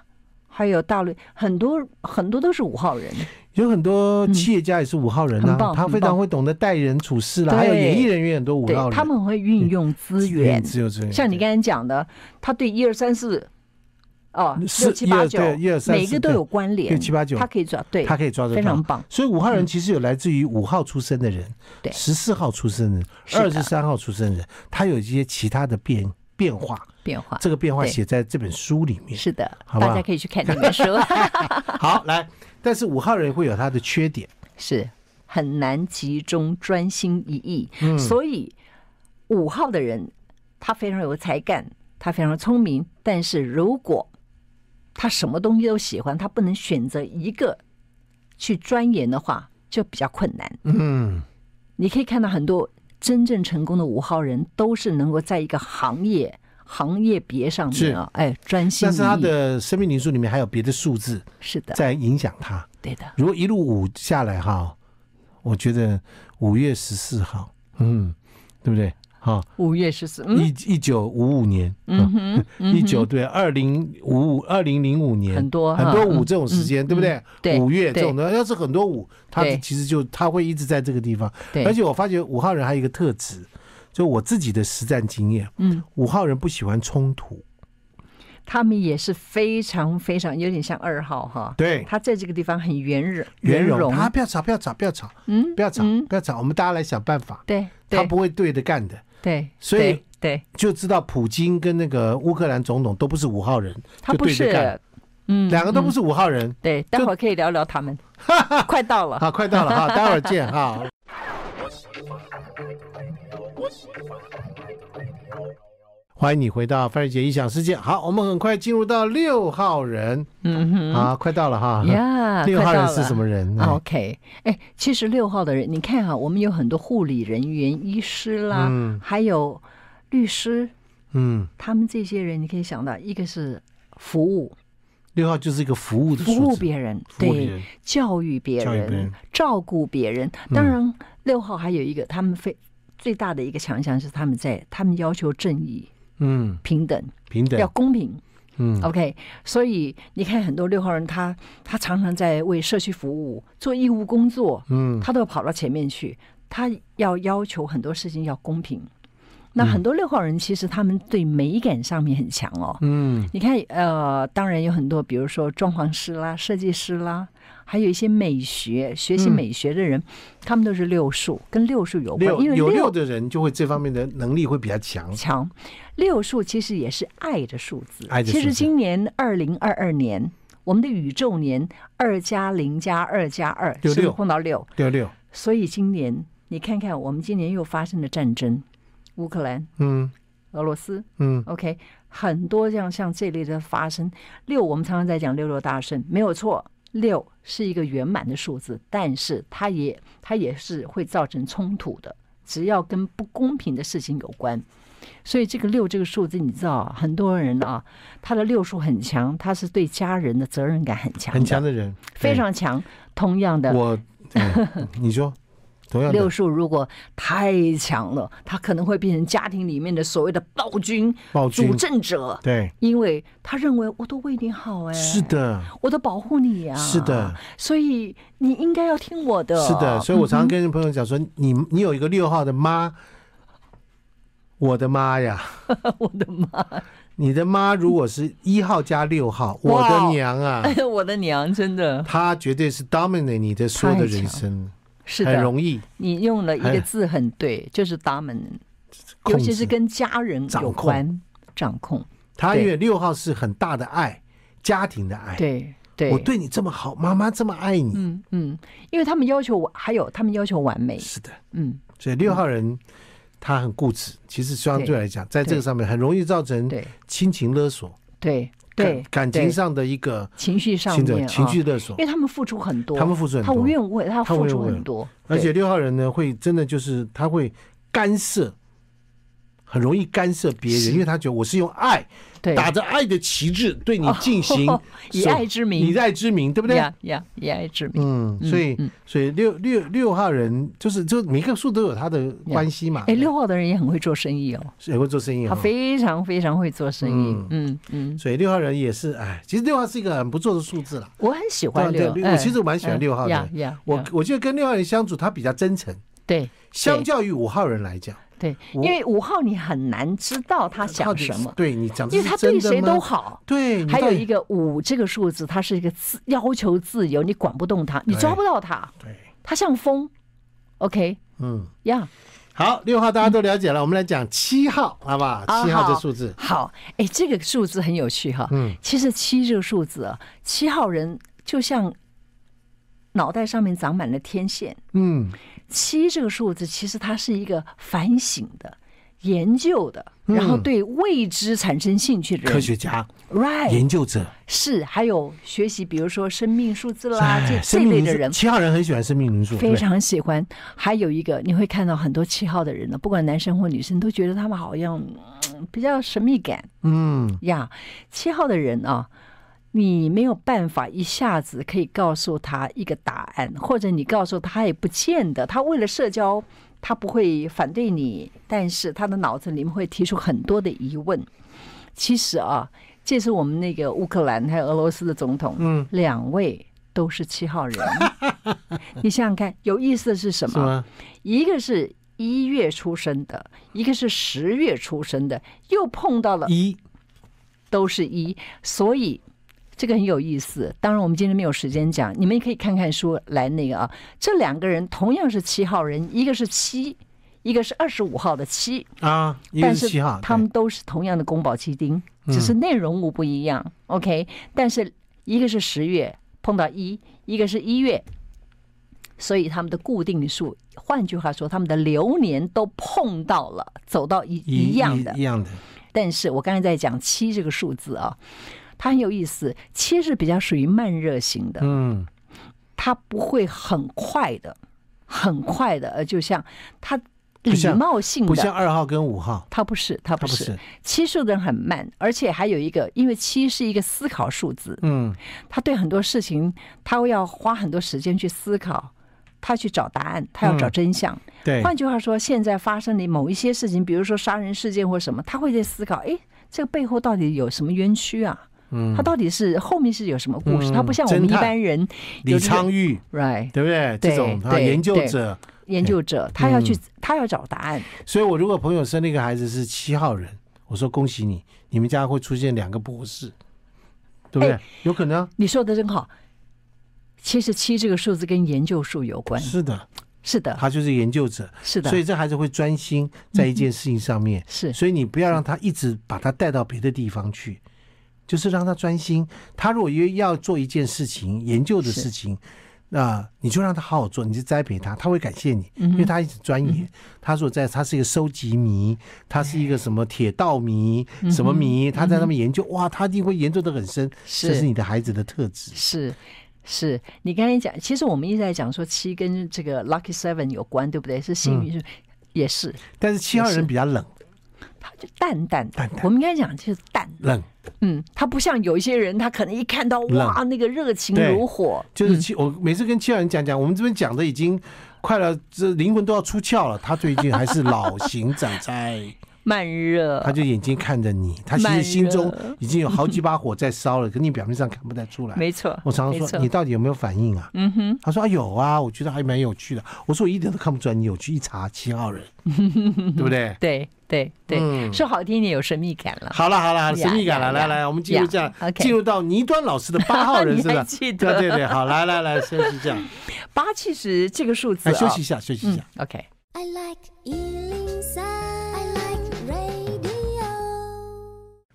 [SPEAKER 2] 还有大陆很多很多都是五号人，
[SPEAKER 1] 有很多企业家也是五号人
[SPEAKER 2] 嗯很
[SPEAKER 1] 啊，
[SPEAKER 2] 棒
[SPEAKER 1] 他非常会懂得待人处事啦，
[SPEAKER 2] 对
[SPEAKER 1] 还有演艺人员很多五
[SPEAKER 2] 对
[SPEAKER 1] 号，人，
[SPEAKER 2] 他们会运用资源，
[SPEAKER 1] 只有资源，
[SPEAKER 2] 像你刚才讲的，他对一二三四。哦，
[SPEAKER 1] 是
[SPEAKER 2] 六七八
[SPEAKER 1] 一二
[SPEAKER 2] 九
[SPEAKER 1] 对一二，三
[SPEAKER 2] 每
[SPEAKER 1] 四
[SPEAKER 2] 个都
[SPEAKER 1] 对
[SPEAKER 2] 有关联，
[SPEAKER 1] 六七八九
[SPEAKER 2] 他可以转对，
[SPEAKER 1] 他可以抓得到，
[SPEAKER 2] 非常棒嗯
[SPEAKER 1] 所以五号人其实有来自于五号出生的人，
[SPEAKER 2] 对
[SPEAKER 1] 十四号出生人、
[SPEAKER 2] 是
[SPEAKER 1] 二
[SPEAKER 2] 的
[SPEAKER 1] 十三号出生人，他有一些其他的变变化，
[SPEAKER 2] 变化。
[SPEAKER 1] 这个变化
[SPEAKER 2] 啊对
[SPEAKER 1] 写在这本书里面。
[SPEAKER 2] 是的，
[SPEAKER 1] 好不好
[SPEAKER 2] 大家可以去看这 本书，
[SPEAKER 1] 好，来，但是五号人会有他的缺点，
[SPEAKER 2] 是很难集中专心一意。
[SPEAKER 1] 嗯
[SPEAKER 2] 所以五号的人，他非常有才干，他非常聪明，但是如果他什么东西都喜欢，他不能选择一个去钻研的话，就比较困难。
[SPEAKER 1] 嗯，
[SPEAKER 2] 你可以看到很多真正成功的五号人，都是能够在一个行业行业别上
[SPEAKER 1] 是
[SPEAKER 2] 面啊，哎，专心
[SPEAKER 1] 但
[SPEAKER 2] 一意。
[SPEAKER 1] 是他的生命灵数里面还有别的数字
[SPEAKER 2] 是的，
[SPEAKER 1] 在影响他。
[SPEAKER 2] 对的，
[SPEAKER 1] 如果一路五下来哈，我觉得五月十四号，嗯，对不对？好、
[SPEAKER 2] 五月十四，嗯，
[SPEAKER 1] 一一九五五年，嗯一九对二零五五二零零五年，
[SPEAKER 2] 很多
[SPEAKER 1] 很多
[SPEAKER 2] 嗯
[SPEAKER 1] 五这种时间，对不对？
[SPEAKER 2] 对
[SPEAKER 1] 五月这
[SPEAKER 2] 对
[SPEAKER 1] 种的，要是很多五，它
[SPEAKER 2] 对
[SPEAKER 1] 其实就它会一直在这个地方。
[SPEAKER 2] 对，
[SPEAKER 1] 而且我发觉五号人还有一个特质，就我自己的实战经验，
[SPEAKER 2] 嗯，
[SPEAKER 1] 五号人不喜欢冲突，
[SPEAKER 2] 他们也是非常非常有点像二号哈。
[SPEAKER 1] 对，
[SPEAKER 2] 他在这个地方很圆融，
[SPEAKER 1] 圆融
[SPEAKER 2] 融，
[SPEAKER 1] 啊，不要吵，不要吵，不要吵，
[SPEAKER 2] 嗯，
[SPEAKER 1] 不要吵，
[SPEAKER 2] 嗯
[SPEAKER 1] 不要吵，我们大家来想办法，
[SPEAKER 2] 对，
[SPEAKER 1] 他
[SPEAKER 2] 对，
[SPEAKER 1] 不会对着干的，
[SPEAKER 2] 对，
[SPEAKER 1] 所以
[SPEAKER 2] 对对，
[SPEAKER 1] 就知道普京跟那个乌克兰总统都不是五号人，
[SPEAKER 2] 他
[SPEAKER 1] 就
[SPEAKER 2] 不
[SPEAKER 1] 对着干
[SPEAKER 2] 是，嗯，
[SPEAKER 1] 两个都不
[SPEAKER 2] 嗯
[SPEAKER 1] 是五号人。
[SPEAKER 2] 对，待
[SPEAKER 1] 就啊
[SPEAKER 2] 会儿可以聊聊 他们，快到了。
[SPEAKER 1] 好，快到了 哈，待会儿见哈。欢迎你回到范儿姐异想世界。好，我们很快进入到六号人
[SPEAKER 2] 嗯哼，
[SPEAKER 1] 啊，快到了哈。
[SPEAKER 2] 呀，
[SPEAKER 1] 六
[SPEAKER 2] 快
[SPEAKER 1] 号
[SPEAKER 2] 到
[SPEAKER 1] 人
[SPEAKER 2] 了
[SPEAKER 1] 是什么人？哎
[SPEAKER 2] OK，哎，其实六号的人，你看啊，我们有很多护理人员、医师啦，
[SPEAKER 1] 嗯
[SPEAKER 2] 还有律师，
[SPEAKER 1] 嗯，
[SPEAKER 2] 他们这些人，你可以想到，一个是服务，
[SPEAKER 1] 六号就是一个服务的
[SPEAKER 2] 服
[SPEAKER 1] 数
[SPEAKER 2] 务
[SPEAKER 1] 字，
[SPEAKER 2] 别人，
[SPEAKER 1] 服务别
[SPEAKER 2] 对
[SPEAKER 1] 人，
[SPEAKER 2] 教育别
[SPEAKER 1] 教育
[SPEAKER 2] 人，
[SPEAKER 1] 别人嗯
[SPEAKER 2] 照顾别人。当然，六号还有一个，他们非最大的一个强项是他们在，他们要求正义、
[SPEAKER 1] 嗯，
[SPEAKER 2] 平等，
[SPEAKER 1] 平
[SPEAKER 2] 要
[SPEAKER 1] 等，
[SPEAKER 2] 公平。
[SPEAKER 1] 嗯
[SPEAKER 2] OK，所以你看，很多六号人他他常常在为社区服务、做义务工作，
[SPEAKER 1] 嗯，
[SPEAKER 2] 他都跑到前面去，他要要求很多事情要公平。
[SPEAKER 1] 嗯
[SPEAKER 2] 那很多六号人其实他们对美感上面很强哦。
[SPEAKER 1] 嗯
[SPEAKER 2] 你看，呃，当然有很多，比如说装潢师啦、设计师啦，还有一些美学、学习
[SPEAKER 1] 嗯
[SPEAKER 2] 美学的人，他们都是六数，跟六数有关，
[SPEAKER 1] 六
[SPEAKER 2] 因为
[SPEAKER 1] 有六的人就会这方面的能力会比较强，
[SPEAKER 2] 强，六数其实也是爱的数字。
[SPEAKER 1] 爱的
[SPEAKER 2] 其
[SPEAKER 1] 数字
[SPEAKER 2] 实今年二零二二年，我们的宇宙年二加零加二加二，
[SPEAKER 1] 有
[SPEAKER 2] 是不是
[SPEAKER 1] 六
[SPEAKER 2] 碰到六？
[SPEAKER 1] 六六，
[SPEAKER 2] 所以今年你看看，我们今年又发生了战争，乌克兰、
[SPEAKER 1] 嗯
[SPEAKER 2] 俄罗斯
[SPEAKER 1] 嗯
[SPEAKER 2] ，OK，很多像像这类的发生。六，我们常常在讲六六大顺，没有错。六是一个圆满的数字，但是它也它也是会造成冲突的，只要跟不公平的事情有关。所以这个六这个数字，你知道啊，很多人啊，他的六数很强，他是对家人的责任感很强的，
[SPEAKER 1] 很强的人，
[SPEAKER 2] 非常强。同样的，
[SPEAKER 1] 我， 对你说，同样
[SPEAKER 2] 六
[SPEAKER 1] 的，
[SPEAKER 2] 数如果太强了，他可能会变成家庭里面的所谓的暴君、
[SPEAKER 1] 暴
[SPEAKER 2] 主
[SPEAKER 1] 君，
[SPEAKER 2] 政者，
[SPEAKER 1] 对，
[SPEAKER 2] 因为他认为我都为你好、哎，
[SPEAKER 1] 是，的，
[SPEAKER 2] 我都保护你呀、
[SPEAKER 1] 是的，
[SPEAKER 2] 所以你应该要听我的，
[SPEAKER 1] 是的，所以我常常跟朋友讲说，你你有一个六号的妈，我的妈呀，
[SPEAKER 2] 我的妈，
[SPEAKER 1] 你的妈如果是一号加六号，我
[SPEAKER 2] 哇
[SPEAKER 1] 的
[SPEAKER 2] 哦
[SPEAKER 1] 娘 啊，
[SPEAKER 2] 哎呀， 我的娘，真的
[SPEAKER 1] 她绝对是 dominate 你的所有的人生，
[SPEAKER 2] 是
[SPEAKER 1] 很
[SPEAKER 2] 的，
[SPEAKER 1] 容易
[SPEAKER 2] 你用了一
[SPEAKER 1] 哎
[SPEAKER 2] 个字很对，就是 dominant，
[SPEAKER 1] 控
[SPEAKER 2] 尤其
[SPEAKER 1] 制。
[SPEAKER 2] 是跟家人
[SPEAKER 1] 掌
[SPEAKER 2] 有
[SPEAKER 1] 控
[SPEAKER 2] 关，掌控，
[SPEAKER 1] 她
[SPEAKER 2] 对
[SPEAKER 1] 因为六号是很大的爱，家庭的爱，
[SPEAKER 2] 对对，
[SPEAKER 1] 哎我对你这么好，妈妈这么爱你，
[SPEAKER 2] 嗯嗯，因为他们要求我，还有他们要求完美，
[SPEAKER 1] 是的。
[SPEAKER 2] 嗯，
[SPEAKER 1] 所以六号人他很固执，其实相对来讲，在这个上面很容易造成
[SPEAKER 2] 对
[SPEAKER 1] 亲情勒索，
[SPEAKER 2] 对
[SPEAKER 1] 感
[SPEAKER 2] 对，
[SPEAKER 1] 嗯感
[SPEAKER 2] 对
[SPEAKER 1] 情上的一个
[SPEAKER 2] 情绪上
[SPEAKER 1] 亲
[SPEAKER 2] 面、
[SPEAKER 1] 的
[SPEAKER 2] 啊、
[SPEAKER 1] 情绪，勒索
[SPEAKER 2] 因。为他们付出很多，
[SPEAKER 1] 他们付出很
[SPEAKER 2] 他
[SPEAKER 1] 多
[SPEAKER 2] 无怨无悔，他
[SPEAKER 1] 他无
[SPEAKER 2] 付
[SPEAKER 1] 怨
[SPEAKER 2] 出
[SPEAKER 1] 无悔
[SPEAKER 2] 很多，
[SPEAKER 1] 而且
[SPEAKER 2] 对
[SPEAKER 1] 六号人呢，会真的就是他会干涉，很容易干涉别人，
[SPEAKER 2] 是
[SPEAKER 1] 因为他觉得我是用爱
[SPEAKER 2] 对
[SPEAKER 1] 打着爱的旗帜对你进行
[SPEAKER 2] 以
[SPEAKER 1] 手
[SPEAKER 2] 爱之名，
[SPEAKER 1] 以爱之名，对不对？
[SPEAKER 2] 呀呀以爱之名，
[SPEAKER 1] 嗯，所以所以六六六号人就是就每个数都有他的关系嘛。
[SPEAKER 2] 哎，六号的人也很会做生意哦，
[SPEAKER 1] 也会做生意
[SPEAKER 2] 他
[SPEAKER 1] 哈。
[SPEAKER 2] 非常非常会做生意，嗯嗯，
[SPEAKER 1] 所以六号人也是，哎，其实六号是一个很不错的数字了。
[SPEAKER 2] 我很喜欢
[SPEAKER 1] 对
[SPEAKER 2] 六
[SPEAKER 1] 啊对，
[SPEAKER 2] 哎
[SPEAKER 1] 我其实我蛮喜欢
[SPEAKER 2] 哎
[SPEAKER 1] 六号
[SPEAKER 2] 呀
[SPEAKER 1] 的。
[SPEAKER 2] 呀，
[SPEAKER 1] 我
[SPEAKER 2] 呀
[SPEAKER 1] 我觉得跟六号人相处，他比较真诚，
[SPEAKER 2] 对
[SPEAKER 1] 相较于五号人来讲，
[SPEAKER 2] 对，因
[SPEAKER 1] 我
[SPEAKER 2] 为五号你很难知道他
[SPEAKER 1] 到
[SPEAKER 2] 想
[SPEAKER 1] 底
[SPEAKER 2] 什
[SPEAKER 1] 是
[SPEAKER 2] 么，
[SPEAKER 1] 对你讲，
[SPEAKER 2] 因为他对谁都
[SPEAKER 1] 好。
[SPEAKER 2] 好。
[SPEAKER 1] 对，你
[SPEAKER 2] 还
[SPEAKER 1] 到
[SPEAKER 2] 有
[SPEAKER 1] 底
[SPEAKER 2] 一个五这个数字，它是一个自要求自由，你管不动它，你抓
[SPEAKER 1] 对
[SPEAKER 2] 不到它，
[SPEAKER 1] 对，
[SPEAKER 2] 它像风。OK
[SPEAKER 1] 嗯，
[SPEAKER 2] 呀、
[SPEAKER 1] 好，六号大家都了解了，我们来讲七号，好不好？
[SPEAKER 2] 啊
[SPEAKER 1] 七号
[SPEAKER 2] 好
[SPEAKER 1] 这数字，
[SPEAKER 2] 好，哎，这个数字很有趣哈。
[SPEAKER 1] 嗯，
[SPEAKER 2] 其实七这个数字啊，七号人就像脑袋上面长满了天线。
[SPEAKER 1] 嗯
[SPEAKER 2] 七这个数字其实它是一个反省的、研究的，然后
[SPEAKER 1] 嗯
[SPEAKER 2] 对未知产生兴趣的人。
[SPEAKER 1] 科学家、
[SPEAKER 2] right
[SPEAKER 1] 研究者，
[SPEAKER 2] 是，还有学习，比如说生命数字啦
[SPEAKER 1] 哎，
[SPEAKER 2] 啊这这
[SPEAKER 1] 生命
[SPEAKER 2] 类
[SPEAKER 1] 灵
[SPEAKER 2] 的
[SPEAKER 1] 数
[SPEAKER 2] 人。
[SPEAKER 1] 七号人很喜欢生命灵数，对
[SPEAKER 2] 非
[SPEAKER 1] 不对
[SPEAKER 2] 常喜欢，还有一个你会看到很多七号的人呢，不管男生或女生，都觉得他们好像、嗯比较神秘感，
[SPEAKER 1] 嗯，
[SPEAKER 2] 呀，七号的人啊，你没有办法一下子可以告诉他一个答案，或者你告诉他他也不见得，他为了社交，他不会反对你，但是他的脑子里面会提出很多的疑问。其实啊，这是我们那个乌克兰还有俄罗斯的总统，
[SPEAKER 1] 嗯，
[SPEAKER 2] 两位都是七号 人。你想想看，有意思的是什
[SPEAKER 1] 是
[SPEAKER 2] 么？
[SPEAKER 1] 吗？
[SPEAKER 2] 一个是一月出生的，一个是十月出生的，又碰到了
[SPEAKER 1] 一
[SPEAKER 2] 都是一，所以这个很有意思。当然，我们今天没有时间讲，你们也可以看看书来那个啊。这两个人同样是七号人，一个是七，一个是二十五号的七，
[SPEAKER 1] 啊，一个
[SPEAKER 2] 但
[SPEAKER 1] 是
[SPEAKER 2] 是
[SPEAKER 1] 七号，嗯
[SPEAKER 2] 他们都是同样的宫保鸡丁，只是内容物不一样。OK，但是一个是十月碰到一，一个是一月，所以他们的固定数，换句话说，他们的流年都碰到了，走到一
[SPEAKER 1] 对一
[SPEAKER 2] 一样的
[SPEAKER 1] 一。样的，
[SPEAKER 2] 但是我刚才在讲七这个数字啊，它很有意思，七是比较属于慢热型的，
[SPEAKER 1] 嗯，
[SPEAKER 2] 它不会很快的，很快的，呃，就像它
[SPEAKER 1] 不
[SPEAKER 2] 礼
[SPEAKER 1] 像
[SPEAKER 2] 貌性
[SPEAKER 1] 不像
[SPEAKER 2] 的。
[SPEAKER 1] 二号跟五号，
[SPEAKER 2] 它不是，它
[SPEAKER 1] 它
[SPEAKER 2] 不
[SPEAKER 1] 不
[SPEAKER 2] 是，
[SPEAKER 1] 是，
[SPEAKER 2] 七数的人很慢，而且还有一个，因为七是一个思考数字，
[SPEAKER 1] 嗯
[SPEAKER 2] 他对很多事情他会要花很多时间去思考，他去找答案，他要找
[SPEAKER 1] 嗯
[SPEAKER 2] 真相。
[SPEAKER 1] 对，
[SPEAKER 2] 换句话说，现在发生的某一些事情，比如说杀人事件或什么，他会在思考，诶，这个背后到底有什么冤屈啊？
[SPEAKER 1] 嗯
[SPEAKER 2] 他，到底是后面是有什么故事？
[SPEAKER 1] 嗯
[SPEAKER 2] 他不像我们
[SPEAKER 1] 侦
[SPEAKER 2] 一
[SPEAKER 1] 探
[SPEAKER 2] 般人
[SPEAKER 1] 李
[SPEAKER 2] 有这个
[SPEAKER 1] 昌钰
[SPEAKER 2] ，right
[SPEAKER 1] 对不对？
[SPEAKER 2] 对
[SPEAKER 1] 这种他
[SPEAKER 2] 对
[SPEAKER 1] 研究
[SPEAKER 2] 对
[SPEAKER 1] 者，
[SPEAKER 2] 研究者，他要去，
[SPEAKER 1] 嗯
[SPEAKER 2] 他要找答案。
[SPEAKER 1] 所以我如果朋友生了一个孩子是七号人，我说恭喜你，你们家会出现两个博士，对不对？
[SPEAKER 2] 哎
[SPEAKER 1] 有可能啊，
[SPEAKER 2] 你说的真好。其实七这个数字跟研究数有关，
[SPEAKER 1] 是的，
[SPEAKER 2] 是的，
[SPEAKER 1] 他就是研究者，
[SPEAKER 2] 是的
[SPEAKER 1] 所，以这孩子会专心在一件事情上面，
[SPEAKER 2] 是
[SPEAKER 1] 所以你不要让他一直把他带到别的地方去。就是让他专心，他如果要要做一件事情、研究的
[SPEAKER 2] 是
[SPEAKER 1] 事情，那、你就让他好好做，你就栽培他，他会感谢你，
[SPEAKER 2] 嗯
[SPEAKER 1] 因为他一直钻研。他说在，他是一个收集迷，他是一个什么铁道迷、
[SPEAKER 2] 哎
[SPEAKER 1] 什么迷，
[SPEAKER 2] 嗯
[SPEAKER 1] 他在那边研究，哇，他一定会研究的很深。
[SPEAKER 2] 是
[SPEAKER 1] 这是你的孩子的特质。
[SPEAKER 2] 是是，你刚才讲，其实我们一直在讲说七跟这个 lucky seven 有关，对不对？是幸
[SPEAKER 1] 嗯
[SPEAKER 2] 运，是也是，
[SPEAKER 1] 但是七号
[SPEAKER 2] 也是
[SPEAKER 1] 人比较冷，
[SPEAKER 2] 它就淡淡的
[SPEAKER 1] 淡淡
[SPEAKER 2] 我们应该讲就是淡，
[SPEAKER 1] 冷
[SPEAKER 2] 嗯，它不像有一些人，他可能一看到哇，那个热情
[SPEAKER 1] 对
[SPEAKER 2] 如火，
[SPEAKER 1] 就是七。我每次跟七号人讲讲，我们这边讲的已经快了，这灵魂都要出窍了，他最近还是老型 长在。
[SPEAKER 2] 慢热，
[SPEAKER 1] 他就眼睛看着你，他其
[SPEAKER 2] 慢
[SPEAKER 1] 实
[SPEAKER 2] 热
[SPEAKER 1] 心中已经有好几把火在烧了，可你表面上看不太出来。
[SPEAKER 2] 没错，
[SPEAKER 1] 我常
[SPEAKER 2] 没
[SPEAKER 1] 常
[SPEAKER 2] 错
[SPEAKER 1] 说你到底有没有反应啊？
[SPEAKER 2] 嗯哼，
[SPEAKER 1] 他说啊有啊，我觉得还蛮有趣的。我说我一点都看不出来你有趣，一查七号 人，对不对？
[SPEAKER 2] 对对对，
[SPEAKER 1] 嗯
[SPEAKER 2] 说好听一点有神秘感了。
[SPEAKER 1] 好了好了，
[SPEAKER 2] 呀
[SPEAKER 1] 神秘感了，
[SPEAKER 2] 呀
[SPEAKER 1] 来
[SPEAKER 2] 呀
[SPEAKER 1] 来，我们进入这样
[SPEAKER 2] 呀，OK
[SPEAKER 1] 进入到倪端老师的八号人
[SPEAKER 2] 你
[SPEAKER 1] 是吧
[SPEAKER 2] 还？记
[SPEAKER 1] 对
[SPEAKER 2] 得
[SPEAKER 1] 对对，好，来来来，休息一 下，
[SPEAKER 2] 八其实这个数字
[SPEAKER 1] 来
[SPEAKER 2] 啊，
[SPEAKER 1] 哎休息一下，休息一
[SPEAKER 2] 嗯
[SPEAKER 1] 下。
[SPEAKER 2] ，OK，
[SPEAKER 3] I like Ealing Sound. I like radio.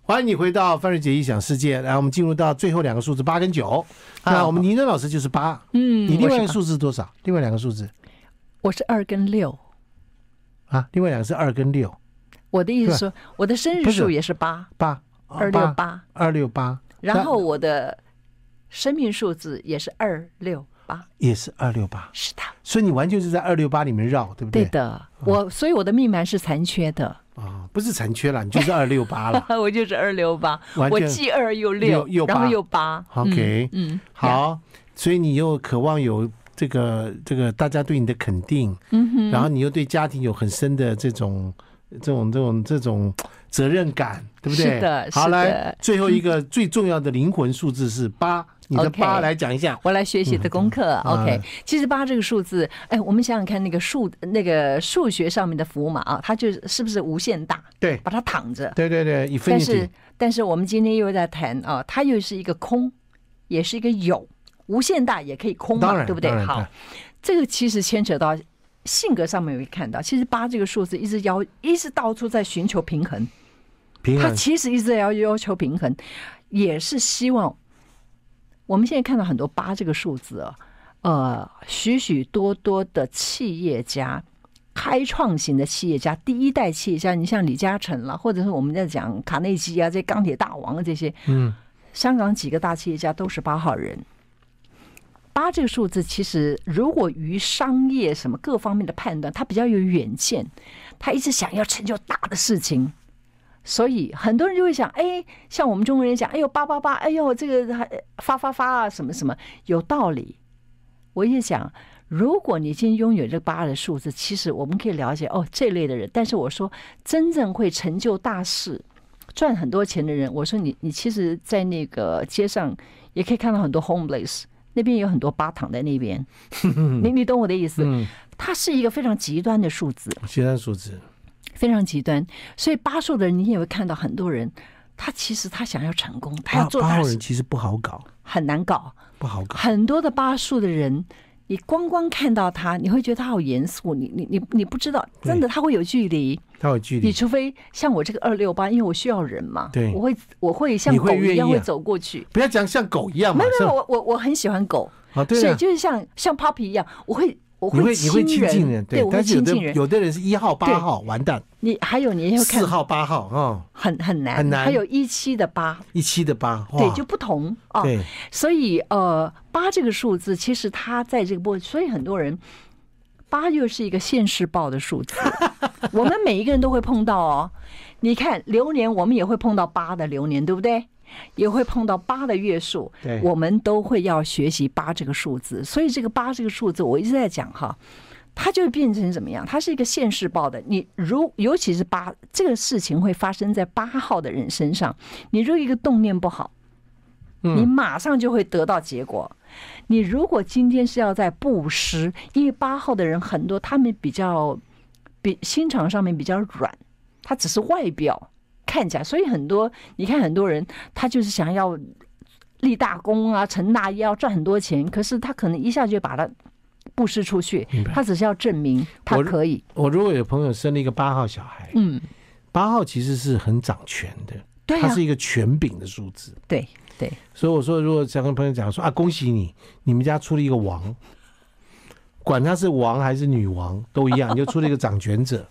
[SPEAKER 1] 欢迎你回到范瑞杰异想世界，来，我们进入到最后两个数字八跟九。那
[SPEAKER 2] 好
[SPEAKER 1] 我们倪端老师就是八，
[SPEAKER 2] 嗯，
[SPEAKER 1] 你另
[SPEAKER 2] 我
[SPEAKER 1] 外一
[SPEAKER 2] 是
[SPEAKER 1] 个数字是多少？另外两个数字
[SPEAKER 2] 我是二跟六，
[SPEAKER 1] 啊，另外两个是二跟六。
[SPEAKER 2] 我的意思
[SPEAKER 1] 对
[SPEAKER 2] 说我的生日
[SPEAKER 1] 不是
[SPEAKER 2] 数也是八
[SPEAKER 1] 八
[SPEAKER 2] 二六八。
[SPEAKER 1] 二六八，
[SPEAKER 2] 然后我的生命数字也是二六八，
[SPEAKER 1] 也是二六八，
[SPEAKER 2] 是的，
[SPEAKER 1] 所以你完全是在二六八里面绕，对不
[SPEAKER 2] 对
[SPEAKER 1] 对？嗯
[SPEAKER 2] 的。我所以我的命盘是残缺的，。
[SPEAKER 1] 啊，不是残缺了，你就是二六八了
[SPEAKER 2] 我就是二六八，
[SPEAKER 1] 完
[SPEAKER 2] 我
[SPEAKER 1] 全
[SPEAKER 2] 既二又六
[SPEAKER 1] 又又，八
[SPEAKER 2] 然后又八。
[SPEAKER 1] OK
[SPEAKER 2] 嗯，嗯，
[SPEAKER 1] 好，所以你又渴望有这个这个大家对你的肯定，
[SPEAKER 2] 嗯哼，
[SPEAKER 1] 然后你又对家庭有很深的这种这种这种这种责任感，对不对？
[SPEAKER 2] 是的
[SPEAKER 1] 好
[SPEAKER 2] 是的
[SPEAKER 1] 来，最后一 个最重要的灵魂数字是八，你的
[SPEAKER 2] OK
[SPEAKER 1] 八来讲一下。
[SPEAKER 2] 我来学习的功课。
[SPEAKER 1] 嗯
[SPEAKER 2] OK，
[SPEAKER 1] 啊
[SPEAKER 2] 其实八这个数字，哎，我们想想看，那个数那个数学上面的符码啊，它就是是不是无限大？
[SPEAKER 1] 对
[SPEAKER 2] 把它躺着。
[SPEAKER 1] 对对对，以分
[SPEAKER 2] 但
[SPEAKER 1] 析
[SPEAKER 2] 是但是我们今天又在谈啊，它又是一个空，也是一个有，无限大也可以空
[SPEAKER 1] 当
[SPEAKER 2] 嘛，
[SPEAKER 1] 然
[SPEAKER 2] 对不对
[SPEAKER 1] 当？然当
[SPEAKER 2] 好
[SPEAKER 1] 然，
[SPEAKER 2] 这个其实牵扯到性格上面，我会看到，其实八这个数字一直要一直到处在寻求平衡，
[SPEAKER 1] 平
[SPEAKER 2] 他
[SPEAKER 1] 衡
[SPEAKER 2] 其实一直要要求平衡，也是希望我们现在看到很多八这个数字啊，呃，许许多多的企业家。开创型的企业家，第一代企业家，你像李嘉诚啦，或者是我们在讲卡内基啊，这些钢铁大王啊这些，
[SPEAKER 1] 嗯，
[SPEAKER 2] 香港几个大企业家都是八号人。八这个数字，其实如果于商业什么各方面的判断，他比较有远见，他一直想要成就大的事情，所以很多人就会想，哎，像我们中国人讲，哎呦八八八，哎呦这个还发发发啊，什么什么，有道理。我也想，如果你今天拥有这八的数字，其实我们可以了解哦这类的人。但是我说，真正会成就大事、赚很多钱的人，我说你你其实，在那个街上也可以看到很多 homeless，那边有很多八躺在那边，你你懂我的意
[SPEAKER 1] 嗯
[SPEAKER 2] 思？它是一个非常极端的数字。
[SPEAKER 1] 计算数字，
[SPEAKER 2] 非常极端。所以八数的人，你也会看到很多人，他其实他想要成功，他
[SPEAKER 1] 八
[SPEAKER 2] 要做
[SPEAKER 1] 八
[SPEAKER 2] 大
[SPEAKER 1] 号
[SPEAKER 2] 事
[SPEAKER 1] 人，其实不好搞，
[SPEAKER 2] 很难搞。
[SPEAKER 1] 不好搞。
[SPEAKER 2] 很多的巴数的人，你光光看到他，你会觉得他好严肃，你你你你不知道，
[SPEAKER 1] 对
[SPEAKER 2] 真的他会有距离。
[SPEAKER 1] 他有距
[SPEAKER 2] 你
[SPEAKER 1] 离，
[SPEAKER 2] 除非像我这个二六八，因为我需要人嘛，
[SPEAKER 1] 对
[SPEAKER 2] 我会我会像
[SPEAKER 1] 你会
[SPEAKER 2] 狗一样
[SPEAKER 1] 愿意啊
[SPEAKER 2] 会走过去。
[SPEAKER 1] 不要讲像狗一样嘛
[SPEAKER 2] 没有，没
[SPEAKER 1] 是
[SPEAKER 2] 有，
[SPEAKER 1] 吧？
[SPEAKER 2] 我我我很喜欢狗，
[SPEAKER 1] 啊，对
[SPEAKER 2] 所以
[SPEAKER 1] 啊，
[SPEAKER 2] 就是像像 Puppy 一样，我会我
[SPEAKER 1] 你会你会
[SPEAKER 2] 亲
[SPEAKER 1] 亲近人，
[SPEAKER 2] 对，我会
[SPEAKER 1] 但是有
[SPEAKER 2] 亲
[SPEAKER 1] 的
[SPEAKER 2] 近人。
[SPEAKER 1] 有的人是一号、八
[SPEAKER 2] 对
[SPEAKER 1] 号，完蛋，
[SPEAKER 2] 你还有你也会看
[SPEAKER 1] 四号、八号啊，
[SPEAKER 2] 很很难，
[SPEAKER 1] 很难
[SPEAKER 2] 还有一七的八，
[SPEAKER 1] 一七的八，
[SPEAKER 2] 对
[SPEAKER 1] 哇，，
[SPEAKER 2] 就不同啊。
[SPEAKER 1] 对，
[SPEAKER 2] 所以呃，八这个数字其实它在这个波，所以很多人八又是一个现世报 的数字，我们每一个人都会碰到哦。你看流年，我们也会碰到八的流年，对不对？也会碰到八的月数
[SPEAKER 1] 对，
[SPEAKER 2] 我们都会要学习八这个数字。所以这个八这个数字，我一直在讲哈，它就会变成怎么样？它是一个现世报的。你如尤其是八这个事情会发生在八号的人身上，你如果一个动念不好，
[SPEAKER 1] 嗯
[SPEAKER 2] 你马上就会得到结果。你如果今天是要在布施，因为八号的人很多，他们比较比心肠上面比较软，他只是外表看起来，所以很多你看很多人他就是想要立大功啊，成大业，要赚很多钱，可是他可能一下就把它布施出去
[SPEAKER 1] 明白，
[SPEAKER 2] 他只是要证明他
[SPEAKER 1] 我
[SPEAKER 2] 可以，
[SPEAKER 1] 我如果有朋友生了一个八号小孩，
[SPEAKER 2] 嗯，
[SPEAKER 1] 八号其实是很掌权的，
[SPEAKER 2] 对
[SPEAKER 1] 它
[SPEAKER 2] 啊
[SPEAKER 1] 是，一个权柄的数字。
[SPEAKER 2] 对对，
[SPEAKER 1] 所以我说，如果想跟朋友讲说啊，恭喜你，你们家出了一个王，管他是王还是女王都一 样，你就出了一个掌权者。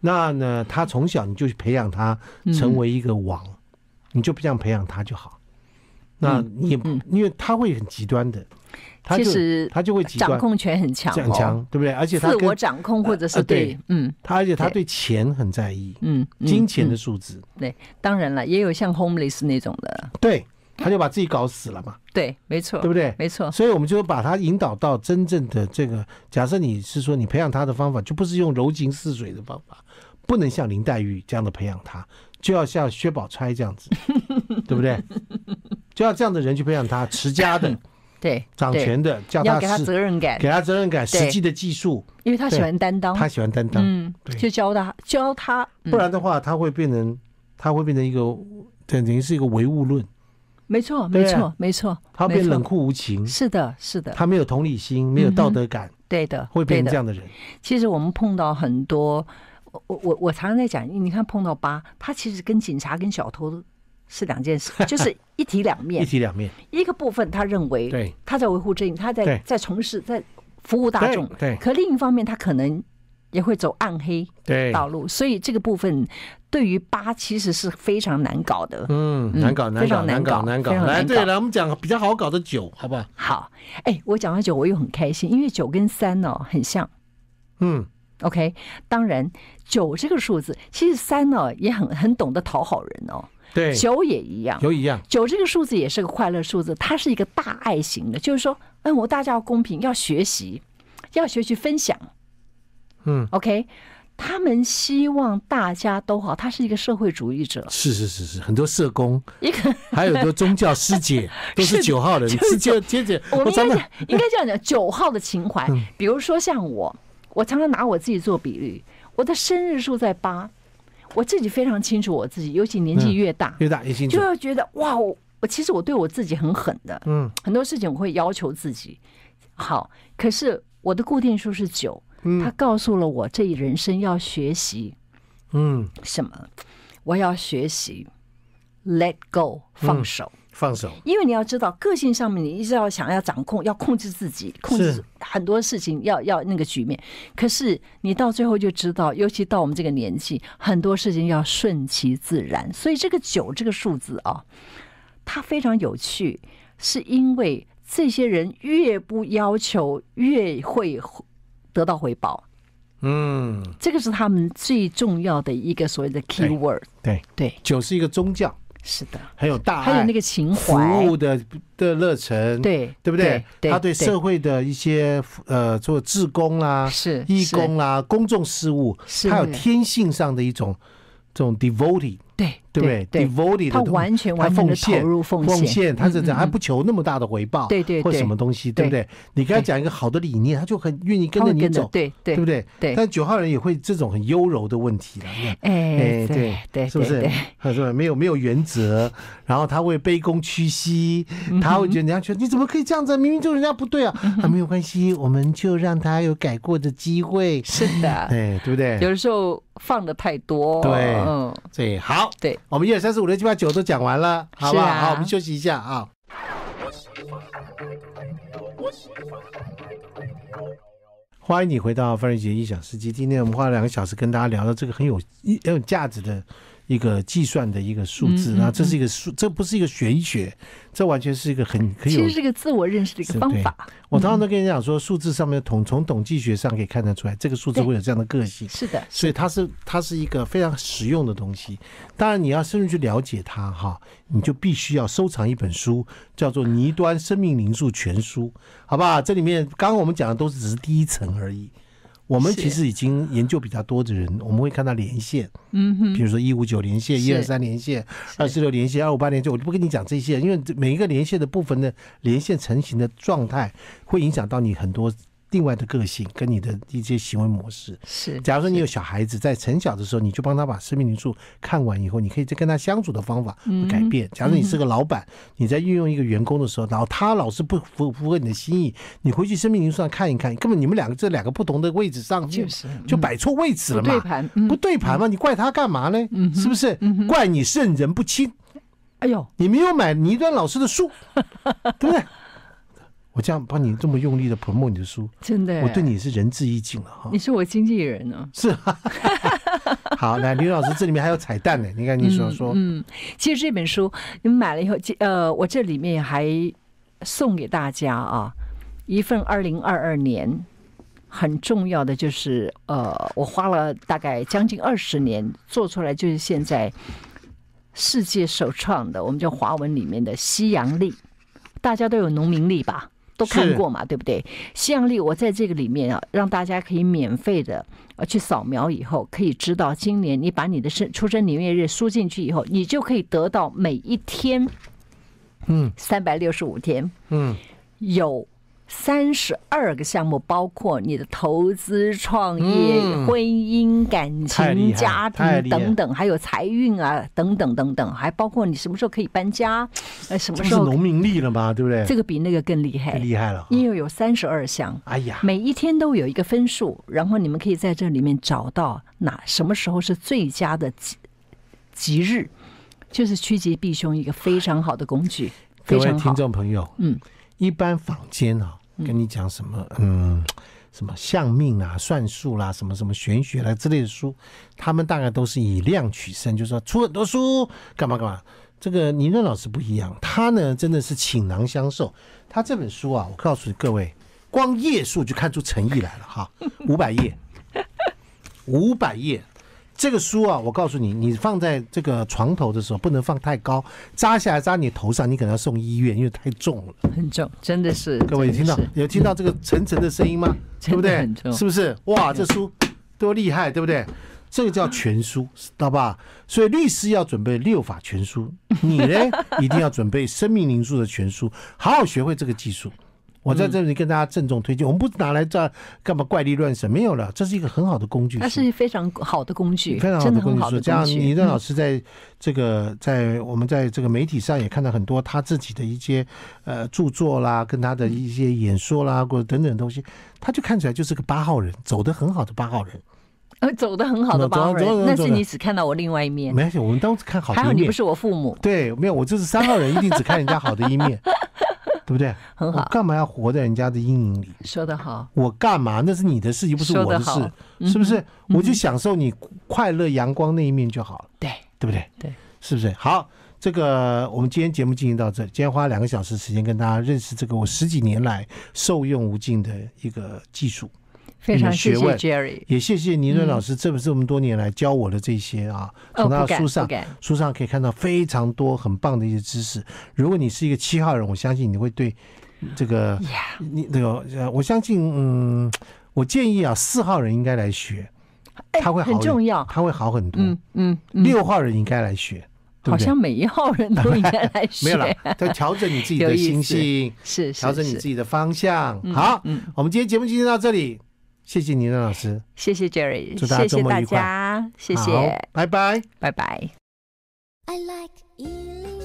[SPEAKER 1] 那呢，他从小你就培养他
[SPEAKER 2] 嗯
[SPEAKER 1] 成为一个王，你就这样培养他就好。那你也、因为他会很极端的，他就
[SPEAKER 2] 其嗯实
[SPEAKER 1] 他就会极
[SPEAKER 2] 掌
[SPEAKER 1] 端，
[SPEAKER 2] 控权很强、哦，
[SPEAKER 1] 很强，对不对？而且他
[SPEAKER 2] 自我
[SPEAKER 1] 跟
[SPEAKER 2] 掌控或者
[SPEAKER 1] 呃
[SPEAKER 2] 是
[SPEAKER 1] 对
[SPEAKER 2] 对，嗯
[SPEAKER 1] 他而且他对钱很在意，
[SPEAKER 2] 嗯，嗯
[SPEAKER 1] 金钱
[SPEAKER 2] 嗯
[SPEAKER 1] 的数字，
[SPEAKER 2] 对，当然了，也有像 homeless 那种的，
[SPEAKER 1] 对，他就把自己搞死了嘛，
[SPEAKER 2] 对，没错，
[SPEAKER 1] 对不对？
[SPEAKER 2] 没错，
[SPEAKER 1] 所以我们就把它引导到真正的这个。假设你是说你培养他的方法，就不是用柔情似水的方法，不能像林黛玉这样的培养他，就要像薛宝钗这样 子，对不对？就要这样的人去培养他，持家的、
[SPEAKER 2] 对，
[SPEAKER 1] 掌
[SPEAKER 2] 对，
[SPEAKER 1] 权的，叫
[SPEAKER 2] 要给他
[SPEAKER 1] 是
[SPEAKER 2] 责任感，
[SPEAKER 1] 给他责任感，
[SPEAKER 2] 对
[SPEAKER 1] 实际的技术，
[SPEAKER 2] 因为他喜欢担当，
[SPEAKER 1] 他喜欢担当，
[SPEAKER 2] 嗯
[SPEAKER 1] 对，
[SPEAKER 2] 就教他教他，嗯
[SPEAKER 1] 不然的话他会变成他会变成一个等于是一个唯物论，
[SPEAKER 2] 没错，
[SPEAKER 1] 对啊
[SPEAKER 2] 没
[SPEAKER 1] 嗯
[SPEAKER 2] 错，没错，
[SPEAKER 1] 他会
[SPEAKER 2] 没
[SPEAKER 1] 变
[SPEAKER 2] 错
[SPEAKER 1] 冷，酷无情，
[SPEAKER 2] 是的，是的，
[SPEAKER 1] 他没有同理心，没有道德感，
[SPEAKER 2] 对的，
[SPEAKER 1] 会变
[SPEAKER 2] 对
[SPEAKER 1] 成
[SPEAKER 2] 的
[SPEAKER 1] 这。样的人。
[SPEAKER 2] 其实我们碰到很多，我我我我常常在讲，你看碰到八，他其实跟警察跟小偷是两 件事，就是一体两
[SPEAKER 1] 一
[SPEAKER 2] 面。
[SPEAKER 1] 体两面，
[SPEAKER 2] 一个部分他认为
[SPEAKER 1] 对
[SPEAKER 2] 他在维护正义，他在
[SPEAKER 1] 对
[SPEAKER 2] 在从事在服务大
[SPEAKER 1] 对
[SPEAKER 2] 众，
[SPEAKER 1] 对
[SPEAKER 2] 可另一方面他可能也会走暗黑
[SPEAKER 1] 对，
[SPEAKER 2] 道路，所以这个部分对于八其实是非常难搞的。
[SPEAKER 1] 嗯，难搞，难
[SPEAKER 2] 非
[SPEAKER 1] 搞，
[SPEAKER 2] 常
[SPEAKER 1] 难
[SPEAKER 2] 难
[SPEAKER 1] 搞，
[SPEAKER 2] 搞
[SPEAKER 1] 难搞。
[SPEAKER 2] 非常
[SPEAKER 1] 来，
[SPEAKER 2] 难
[SPEAKER 1] 对
[SPEAKER 2] 搞
[SPEAKER 1] 了，我们讲比较好搞的酒，好不好？
[SPEAKER 2] 好，哎，我讲到九，我又很开心，因为九跟三呢、很像。
[SPEAKER 1] 嗯，
[SPEAKER 2] OK，当然九这个数字，其实三呢、也很很懂得讨好人哦，
[SPEAKER 1] 对，
[SPEAKER 2] 九也一样。
[SPEAKER 1] 有一样，
[SPEAKER 2] 九这个数字也是个快乐数字，它是一个大爱型的，就是说，嗯，我大家要公平，要学习，要学习分享。
[SPEAKER 1] 嗯
[SPEAKER 2] ，OK，他们希望大家都好，他是一个社会主义者，
[SPEAKER 1] 是是是是，很多社工，
[SPEAKER 2] 一个
[SPEAKER 1] 还有很多宗教师 姐都是
[SPEAKER 2] 是
[SPEAKER 1] 九号人，
[SPEAKER 2] 就是
[SPEAKER 1] 是就姐姐，
[SPEAKER 2] 我们应
[SPEAKER 1] 真
[SPEAKER 2] 该
[SPEAKER 1] 的嗯
[SPEAKER 2] 讲，应该这样讲， 九号的情怀。比如说像我，我常常拿我自己做比喻，我的生日数在八，我自己非常清楚我自己，尤其年纪越大，
[SPEAKER 1] 嗯越大越清楚
[SPEAKER 2] 就，要觉得哇，我我其实我对我自己很狠的，
[SPEAKER 1] 嗯，
[SPEAKER 2] 很多事情我会要求自己好，可是我的固定数是九，它告诉了我这一人生要学习
[SPEAKER 1] 嗯，
[SPEAKER 2] 什么，我要学习 let go
[SPEAKER 1] 嗯
[SPEAKER 2] 放手。
[SPEAKER 1] 放手，
[SPEAKER 2] 因为你要知道，个性上面你一直要想要掌控，要控制自己，控制很多事情，要要那个局面。可是你到最后就知道，尤其到我们这个年纪，很多事情要顺其自然。所以这个九这个数字啊，它非常有趣，是因为这些人越不要求，越会得到回报。
[SPEAKER 1] 嗯，
[SPEAKER 2] 这个是他们最重要的一个所谓的 key word。
[SPEAKER 1] 对，
[SPEAKER 2] 对，
[SPEAKER 1] 九是一个宗教，
[SPEAKER 2] 是的，
[SPEAKER 1] 很有大
[SPEAKER 2] 还有
[SPEAKER 1] 爱
[SPEAKER 2] 那，个情
[SPEAKER 1] 哎服
[SPEAKER 2] 怀，
[SPEAKER 1] 务的的热忱，
[SPEAKER 2] 对
[SPEAKER 1] 对不对？
[SPEAKER 2] 对，
[SPEAKER 1] 他对社会的一些呃，做志工啦、
[SPEAKER 2] 是
[SPEAKER 1] 义啊
[SPEAKER 2] 是
[SPEAKER 1] 工啦、公众事务，
[SPEAKER 2] 是
[SPEAKER 1] 他有天性上的一种这种 devotee。
[SPEAKER 2] 对
[SPEAKER 1] 对不对
[SPEAKER 2] 对
[SPEAKER 1] d e v o t e d
[SPEAKER 2] 他
[SPEAKER 1] 的东西
[SPEAKER 2] 完全完全
[SPEAKER 1] 奉
[SPEAKER 2] 的
[SPEAKER 1] 献
[SPEAKER 2] 投入奉
[SPEAKER 1] 奉
[SPEAKER 2] 献，
[SPEAKER 1] 献，他是这样，啊
[SPEAKER 2] 嗯嗯
[SPEAKER 1] 他不求那么大的回报，
[SPEAKER 2] 对对
[SPEAKER 1] 或
[SPEAKER 2] 对
[SPEAKER 1] 什么东西，对不对？你跟他讲一个好的理念，他就很愿意跟着
[SPEAKER 2] 他会
[SPEAKER 1] 你
[SPEAKER 2] 跟着
[SPEAKER 1] 走，
[SPEAKER 2] 对
[SPEAKER 1] 对
[SPEAKER 2] 对
[SPEAKER 1] 不对？
[SPEAKER 2] 对
[SPEAKER 1] 但九号人也会这种很优柔的问题了，你看
[SPEAKER 2] 哎
[SPEAKER 1] 哎对
[SPEAKER 2] 对，
[SPEAKER 1] 是不是
[SPEAKER 2] 对？
[SPEAKER 1] 他说没有没有原则，然后他会卑躬屈膝，
[SPEAKER 2] 嗯
[SPEAKER 1] 他会觉得人家觉得你怎么可以这样子？明明就人家不对啊，啊没有关系，我们就让他有改过的机会，
[SPEAKER 2] 是的，
[SPEAKER 1] 哎，对不对？
[SPEAKER 2] 有的时候放的太多，
[SPEAKER 1] 对
[SPEAKER 2] 嗯，
[SPEAKER 1] 所以好，
[SPEAKER 2] 对，
[SPEAKER 1] 我们一二三四五六七八九都讲完了，好不好？
[SPEAKER 2] 是啊
[SPEAKER 1] 好，我们休息一下啊。欢迎你回到范瑞杰一小时机。今天我们花了两个小时跟大家聊到这个很有意很有价值的一个计算的一个数字。
[SPEAKER 2] 嗯嗯
[SPEAKER 1] 那这是一个数，这不是一个玄学，这完全是一个很很
[SPEAKER 2] 其
[SPEAKER 1] 有
[SPEAKER 2] 实是个自我认识的一
[SPEAKER 1] 是
[SPEAKER 2] 个方
[SPEAKER 1] 对
[SPEAKER 2] 法，
[SPEAKER 1] 我常常都跟人讲说，数字上面的统从统计学上可以看得出来，这个数字
[SPEAKER 2] 对
[SPEAKER 1] 会有这样的个性。
[SPEAKER 2] 是的，
[SPEAKER 1] 所以它是它是一个非常实用的东西。当然，你要深入去了解它哈，你就必须要收藏一本书，叫做《倪端生命灵数全书》，好不好？这里面刚刚我们讲的都是只是第一层而已。我们
[SPEAKER 2] 是
[SPEAKER 1] 其实已经研究比较多的人，我们会看到连线，
[SPEAKER 2] 嗯
[SPEAKER 1] 比
[SPEAKER 2] 哼，
[SPEAKER 1] 如说一五九连线、一二三连线、二四六连线、二五八连线，我就不跟你讲这些，因为这每一个连线的部分的连线成型的状态，会影响到你很多另外的个性跟你的一些行为模式。
[SPEAKER 2] 是，
[SPEAKER 1] 假如说你有小孩子，在很小的时候，你就帮他把生命灵数看完以后，你可以再跟他相处的方法会改
[SPEAKER 2] 嗯
[SPEAKER 1] 变。假如你是个老板，你在运用一个员工的时候，然后他老是不符符合你的心意，你回去生命灵数上看一看，根本你们两个这两个不同的位置上面
[SPEAKER 2] 就是
[SPEAKER 1] 就摆错位置
[SPEAKER 2] 不
[SPEAKER 1] 了
[SPEAKER 2] 对
[SPEAKER 1] 嘛，
[SPEAKER 2] 盘，嗯
[SPEAKER 1] 不，对盘嘛，你怪他干嘛呢？是不是？怪你圣人不清，
[SPEAKER 2] 哎呦，
[SPEAKER 1] 你没有买倪端老师的 书，对不对？我这样帮你这么用力的 promote 你的书，
[SPEAKER 2] 真的，
[SPEAKER 1] 我对，你是仁至义尽了哈。
[SPEAKER 2] 你是我经纪人呢，
[SPEAKER 1] 是啊， 好，来，刘老师，这里面还有彩蛋呢。你看你所说，
[SPEAKER 2] 嗯，其实这本书你买了以后，这呃，我这里面还送给大家啊一份二零二二年很重要的，就是呃，我花了大概将近二十年做出来，就是现在世界首创的，我们叫华文里面的西洋历，大家都有农民历吧？都看
[SPEAKER 1] 是
[SPEAKER 2] 过嘛，对不对？西洋历，我在这个里面啊，让大家可以免费的呃去扫描以后，可以知道今年你把你的生出生年月日输进去以后，你就可以得到每一天，
[SPEAKER 1] 嗯
[SPEAKER 2] 三百六十五天
[SPEAKER 1] 嗯，
[SPEAKER 2] 有。三十二个项目，包括你的投资、创业、
[SPEAKER 1] 嗯
[SPEAKER 2] 婚姻、感
[SPEAKER 1] 太厉害
[SPEAKER 2] 情、家
[SPEAKER 1] 太
[SPEAKER 2] 庭
[SPEAKER 1] 厉害
[SPEAKER 2] 等等，还有财运啊，等等等等，还包括你什么时候可以搬家，呃，什
[SPEAKER 1] 这不
[SPEAKER 2] 么时
[SPEAKER 1] 是
[SPEAKER 2] 候
[SPEAKER 1] 农民力了吗？对不对？
[SPEAKER 2] 这个比那个更厉害
[SPEAKER 1] 太，厉害了哈。
[SPEAKER 2] 因为有三十二项，
[SPEAKER 1] 哎呀，
[SPEAKER 2] 每一天都有一个分数，然后你们可以在这里面找到哪什么时候是最佳的吉吉日，就是趋吉避凶一个非常好的工具，
[SPEAKER 1] 各
[SPEAKER 2] 非
[SPEAKER 1] 位
[SPEAKER 2] 常好
[SPEAKER 1] 听。众朋友，
[SPEAKER 2] 嗯，
[SPEAKER 1] 一般坊间啊，跟你讲什么，嗯，什么相命啊、算术啦、什么什么玄学啦之类的书，他们大概都是以量取胜，就是说出很多书，干嘛干嘛。这个倪任老师不一样，他呢真的是倾囊相授。他这本书啊，我告诉各位，光页数就看出诚意来了哈，五百页，五百页。这个书啊，我告诉你，你放在这个床头的时候不能放太高，扎下来扎你头上，你可能要送医院，因为太重了。
[SPEAKER 2] 很重，真的是
[SPEAKER 1] 各位有听到
[SPEAKER 2] 真的是嗯
[SPEAKER 1] 有听到这个沉沉的声音吗？对不对
[SPEAKER 2] 真的很？重嗯
[SPEAKER 1] 是不是？哇，这书多厉害，对不对？这个叫全书，知道吧？所以律师要准备六法全 书，你呢一定要准备生命灵数的全书，好好学会这个技术。我在这里跟大家郑重推荐，我们不拿来这干嘛怪力乱神，没有了，这是一个很好的工具书。
[SPEAKER 2] 它是非常好的工具，
[SPEAKER 1] 非常好
[SPEAKER 2] 真
[SPEAKER 1] 的
[SPEAKER 2] 的
[SPEAKER 1] 工
[SPEAKER 2] 很
[SPEAKER 1] 具
[SPEAKER 2] 好
[SPEAKER 1] 书，
[SPEAKER 2] 的
[SPEAKER 1] 加
[SPEAKER 2] 工
[SPEAKER 1] 上倪
[SPEAKER 2] 具。嗯
[SPEAKER 1] 正老师在这个在我们在这个媒体上也看到很多他自己的一些呃著作啦，跟他的一些演说啦，或者等等东西，他就看起来就是个八号人，走得很好的八号人。
[SPEAKER 2] 呃， 走的很好的
[SPEAKER 1] 走走
[SPEAKER 2] 帮人
[SPEAKER 1] 走走，
[SPEAKER 2] 那是
[SPEAKER 1] 走
[SPEAKER 2] 你只看到我另外一面，
[SPEAKER 1] 没关系，我们都是看好
[SPEAKER 2] 还好
[SPEAKER 1] 的一
[SPEAKER 2] 你不
[SPEAKER 1] 面。
[SPEAKER 2] 是我父母，
[SPEAKER 1] 对，没有，我就是三号人，一定只看人家好的一 面，对不对？
[SPEAKER 2] 很好
[SPEAKER 1] 我干嘛要活在人家的阴影里？
[SPEAKER 2] 说得好，
[SPEAKER 1] 我干嘛？那是你的事，又不是我的
[SPEAKER 2] 说得嗯
[SPEAKER 1] 事，是不是？我就享受你快乐阳光那一面就好了。
[SPEAKER 2] 对，
[SPEAKER 1] 对不对？
[SPEAKER 2] 对，
[SPEAKER 1] 是不是？好，这个我们今天节目进行到这里，今天花两个小时时间跟大家认识这个我十几年来受用无尽的一个技术，
[SPEAKER 2] 非常
[SPEAKER 1] 学
[SPEAKER 2] 谢谢
[SPEAKER 1] 问
[SPEAKER 2] Jerry，
[SPEAKER 1] 也谢谢倪伦老师这么这么多年来教我的这些啊，
[SPEAKER 2] 嗯哦，
[SPEAKER 1] 从他的
[SPEAKER 2] 不敢
[SPEAKER 1] 书
[SPEAKER 2] 不
[SPEAKER 1] 上。
[SPEAKER 2] 敢，
[SPEAKER 1] 书上可以看到非常多很棒的一些知识。如果你是一个七号人，我相信你会对这个
[SPEAKER 2] 呀，
[SPEAKER 1] 你这个，呃我相信，嗯，我建议啊，四号人应该来学，
[SPEAKER 2] 哎
[SPEAKER 1] 他会好
[SPEAKER 2] 很重要，
[SPEAKER 1] 他会好很多。
[SPEAKER 2] 哦嗯嗯嗯，
[SPEAKER 1] 六号人应该来学，对
[SPEAKER 2] 好
[SPEAKER 1] 不对
[SPEAKER 2] 像每一号人都应该来学，
[SPEAKER 1] 没有啦，要调整你自己
[SPEAKER 2] 有
[SPEAKER 1] 的
[SPEAKER 2] 意思
[SPEAKER 1] 心性，
[SPEAKER 2] 是是
[SPEAKER 1] 调整你
[SPEAKER 2] 是
[SPEAKER 1] 自己的方向。
[SPEAKER 2] 嗯
[SPEAKER 1] 好，
[SPEAKER 2] 嗯，
[SPEAKER 1] 我们今天节目就先到这里，谢谢您，任老师，
[SPEAKER 2] 谢谢 Jerry，
[SPEAKER 1] 祝大家
[SPEAKER 2] 谢
[SPEAKER 1] 周
[SPEAKER 2] 谢
[SPEAKER 1] 末
[SPEAKER 2] 大
[SPEAKER 1] 愉快
[SPEAKER 2] 家，谢
[SPEAKER 1] 好
[SPEAKER 2] 谢，，
[SPEAKER 1] 拜拜。
[SPEAKER 2] 拜拜。
[SPEAKER 3] I like Ealing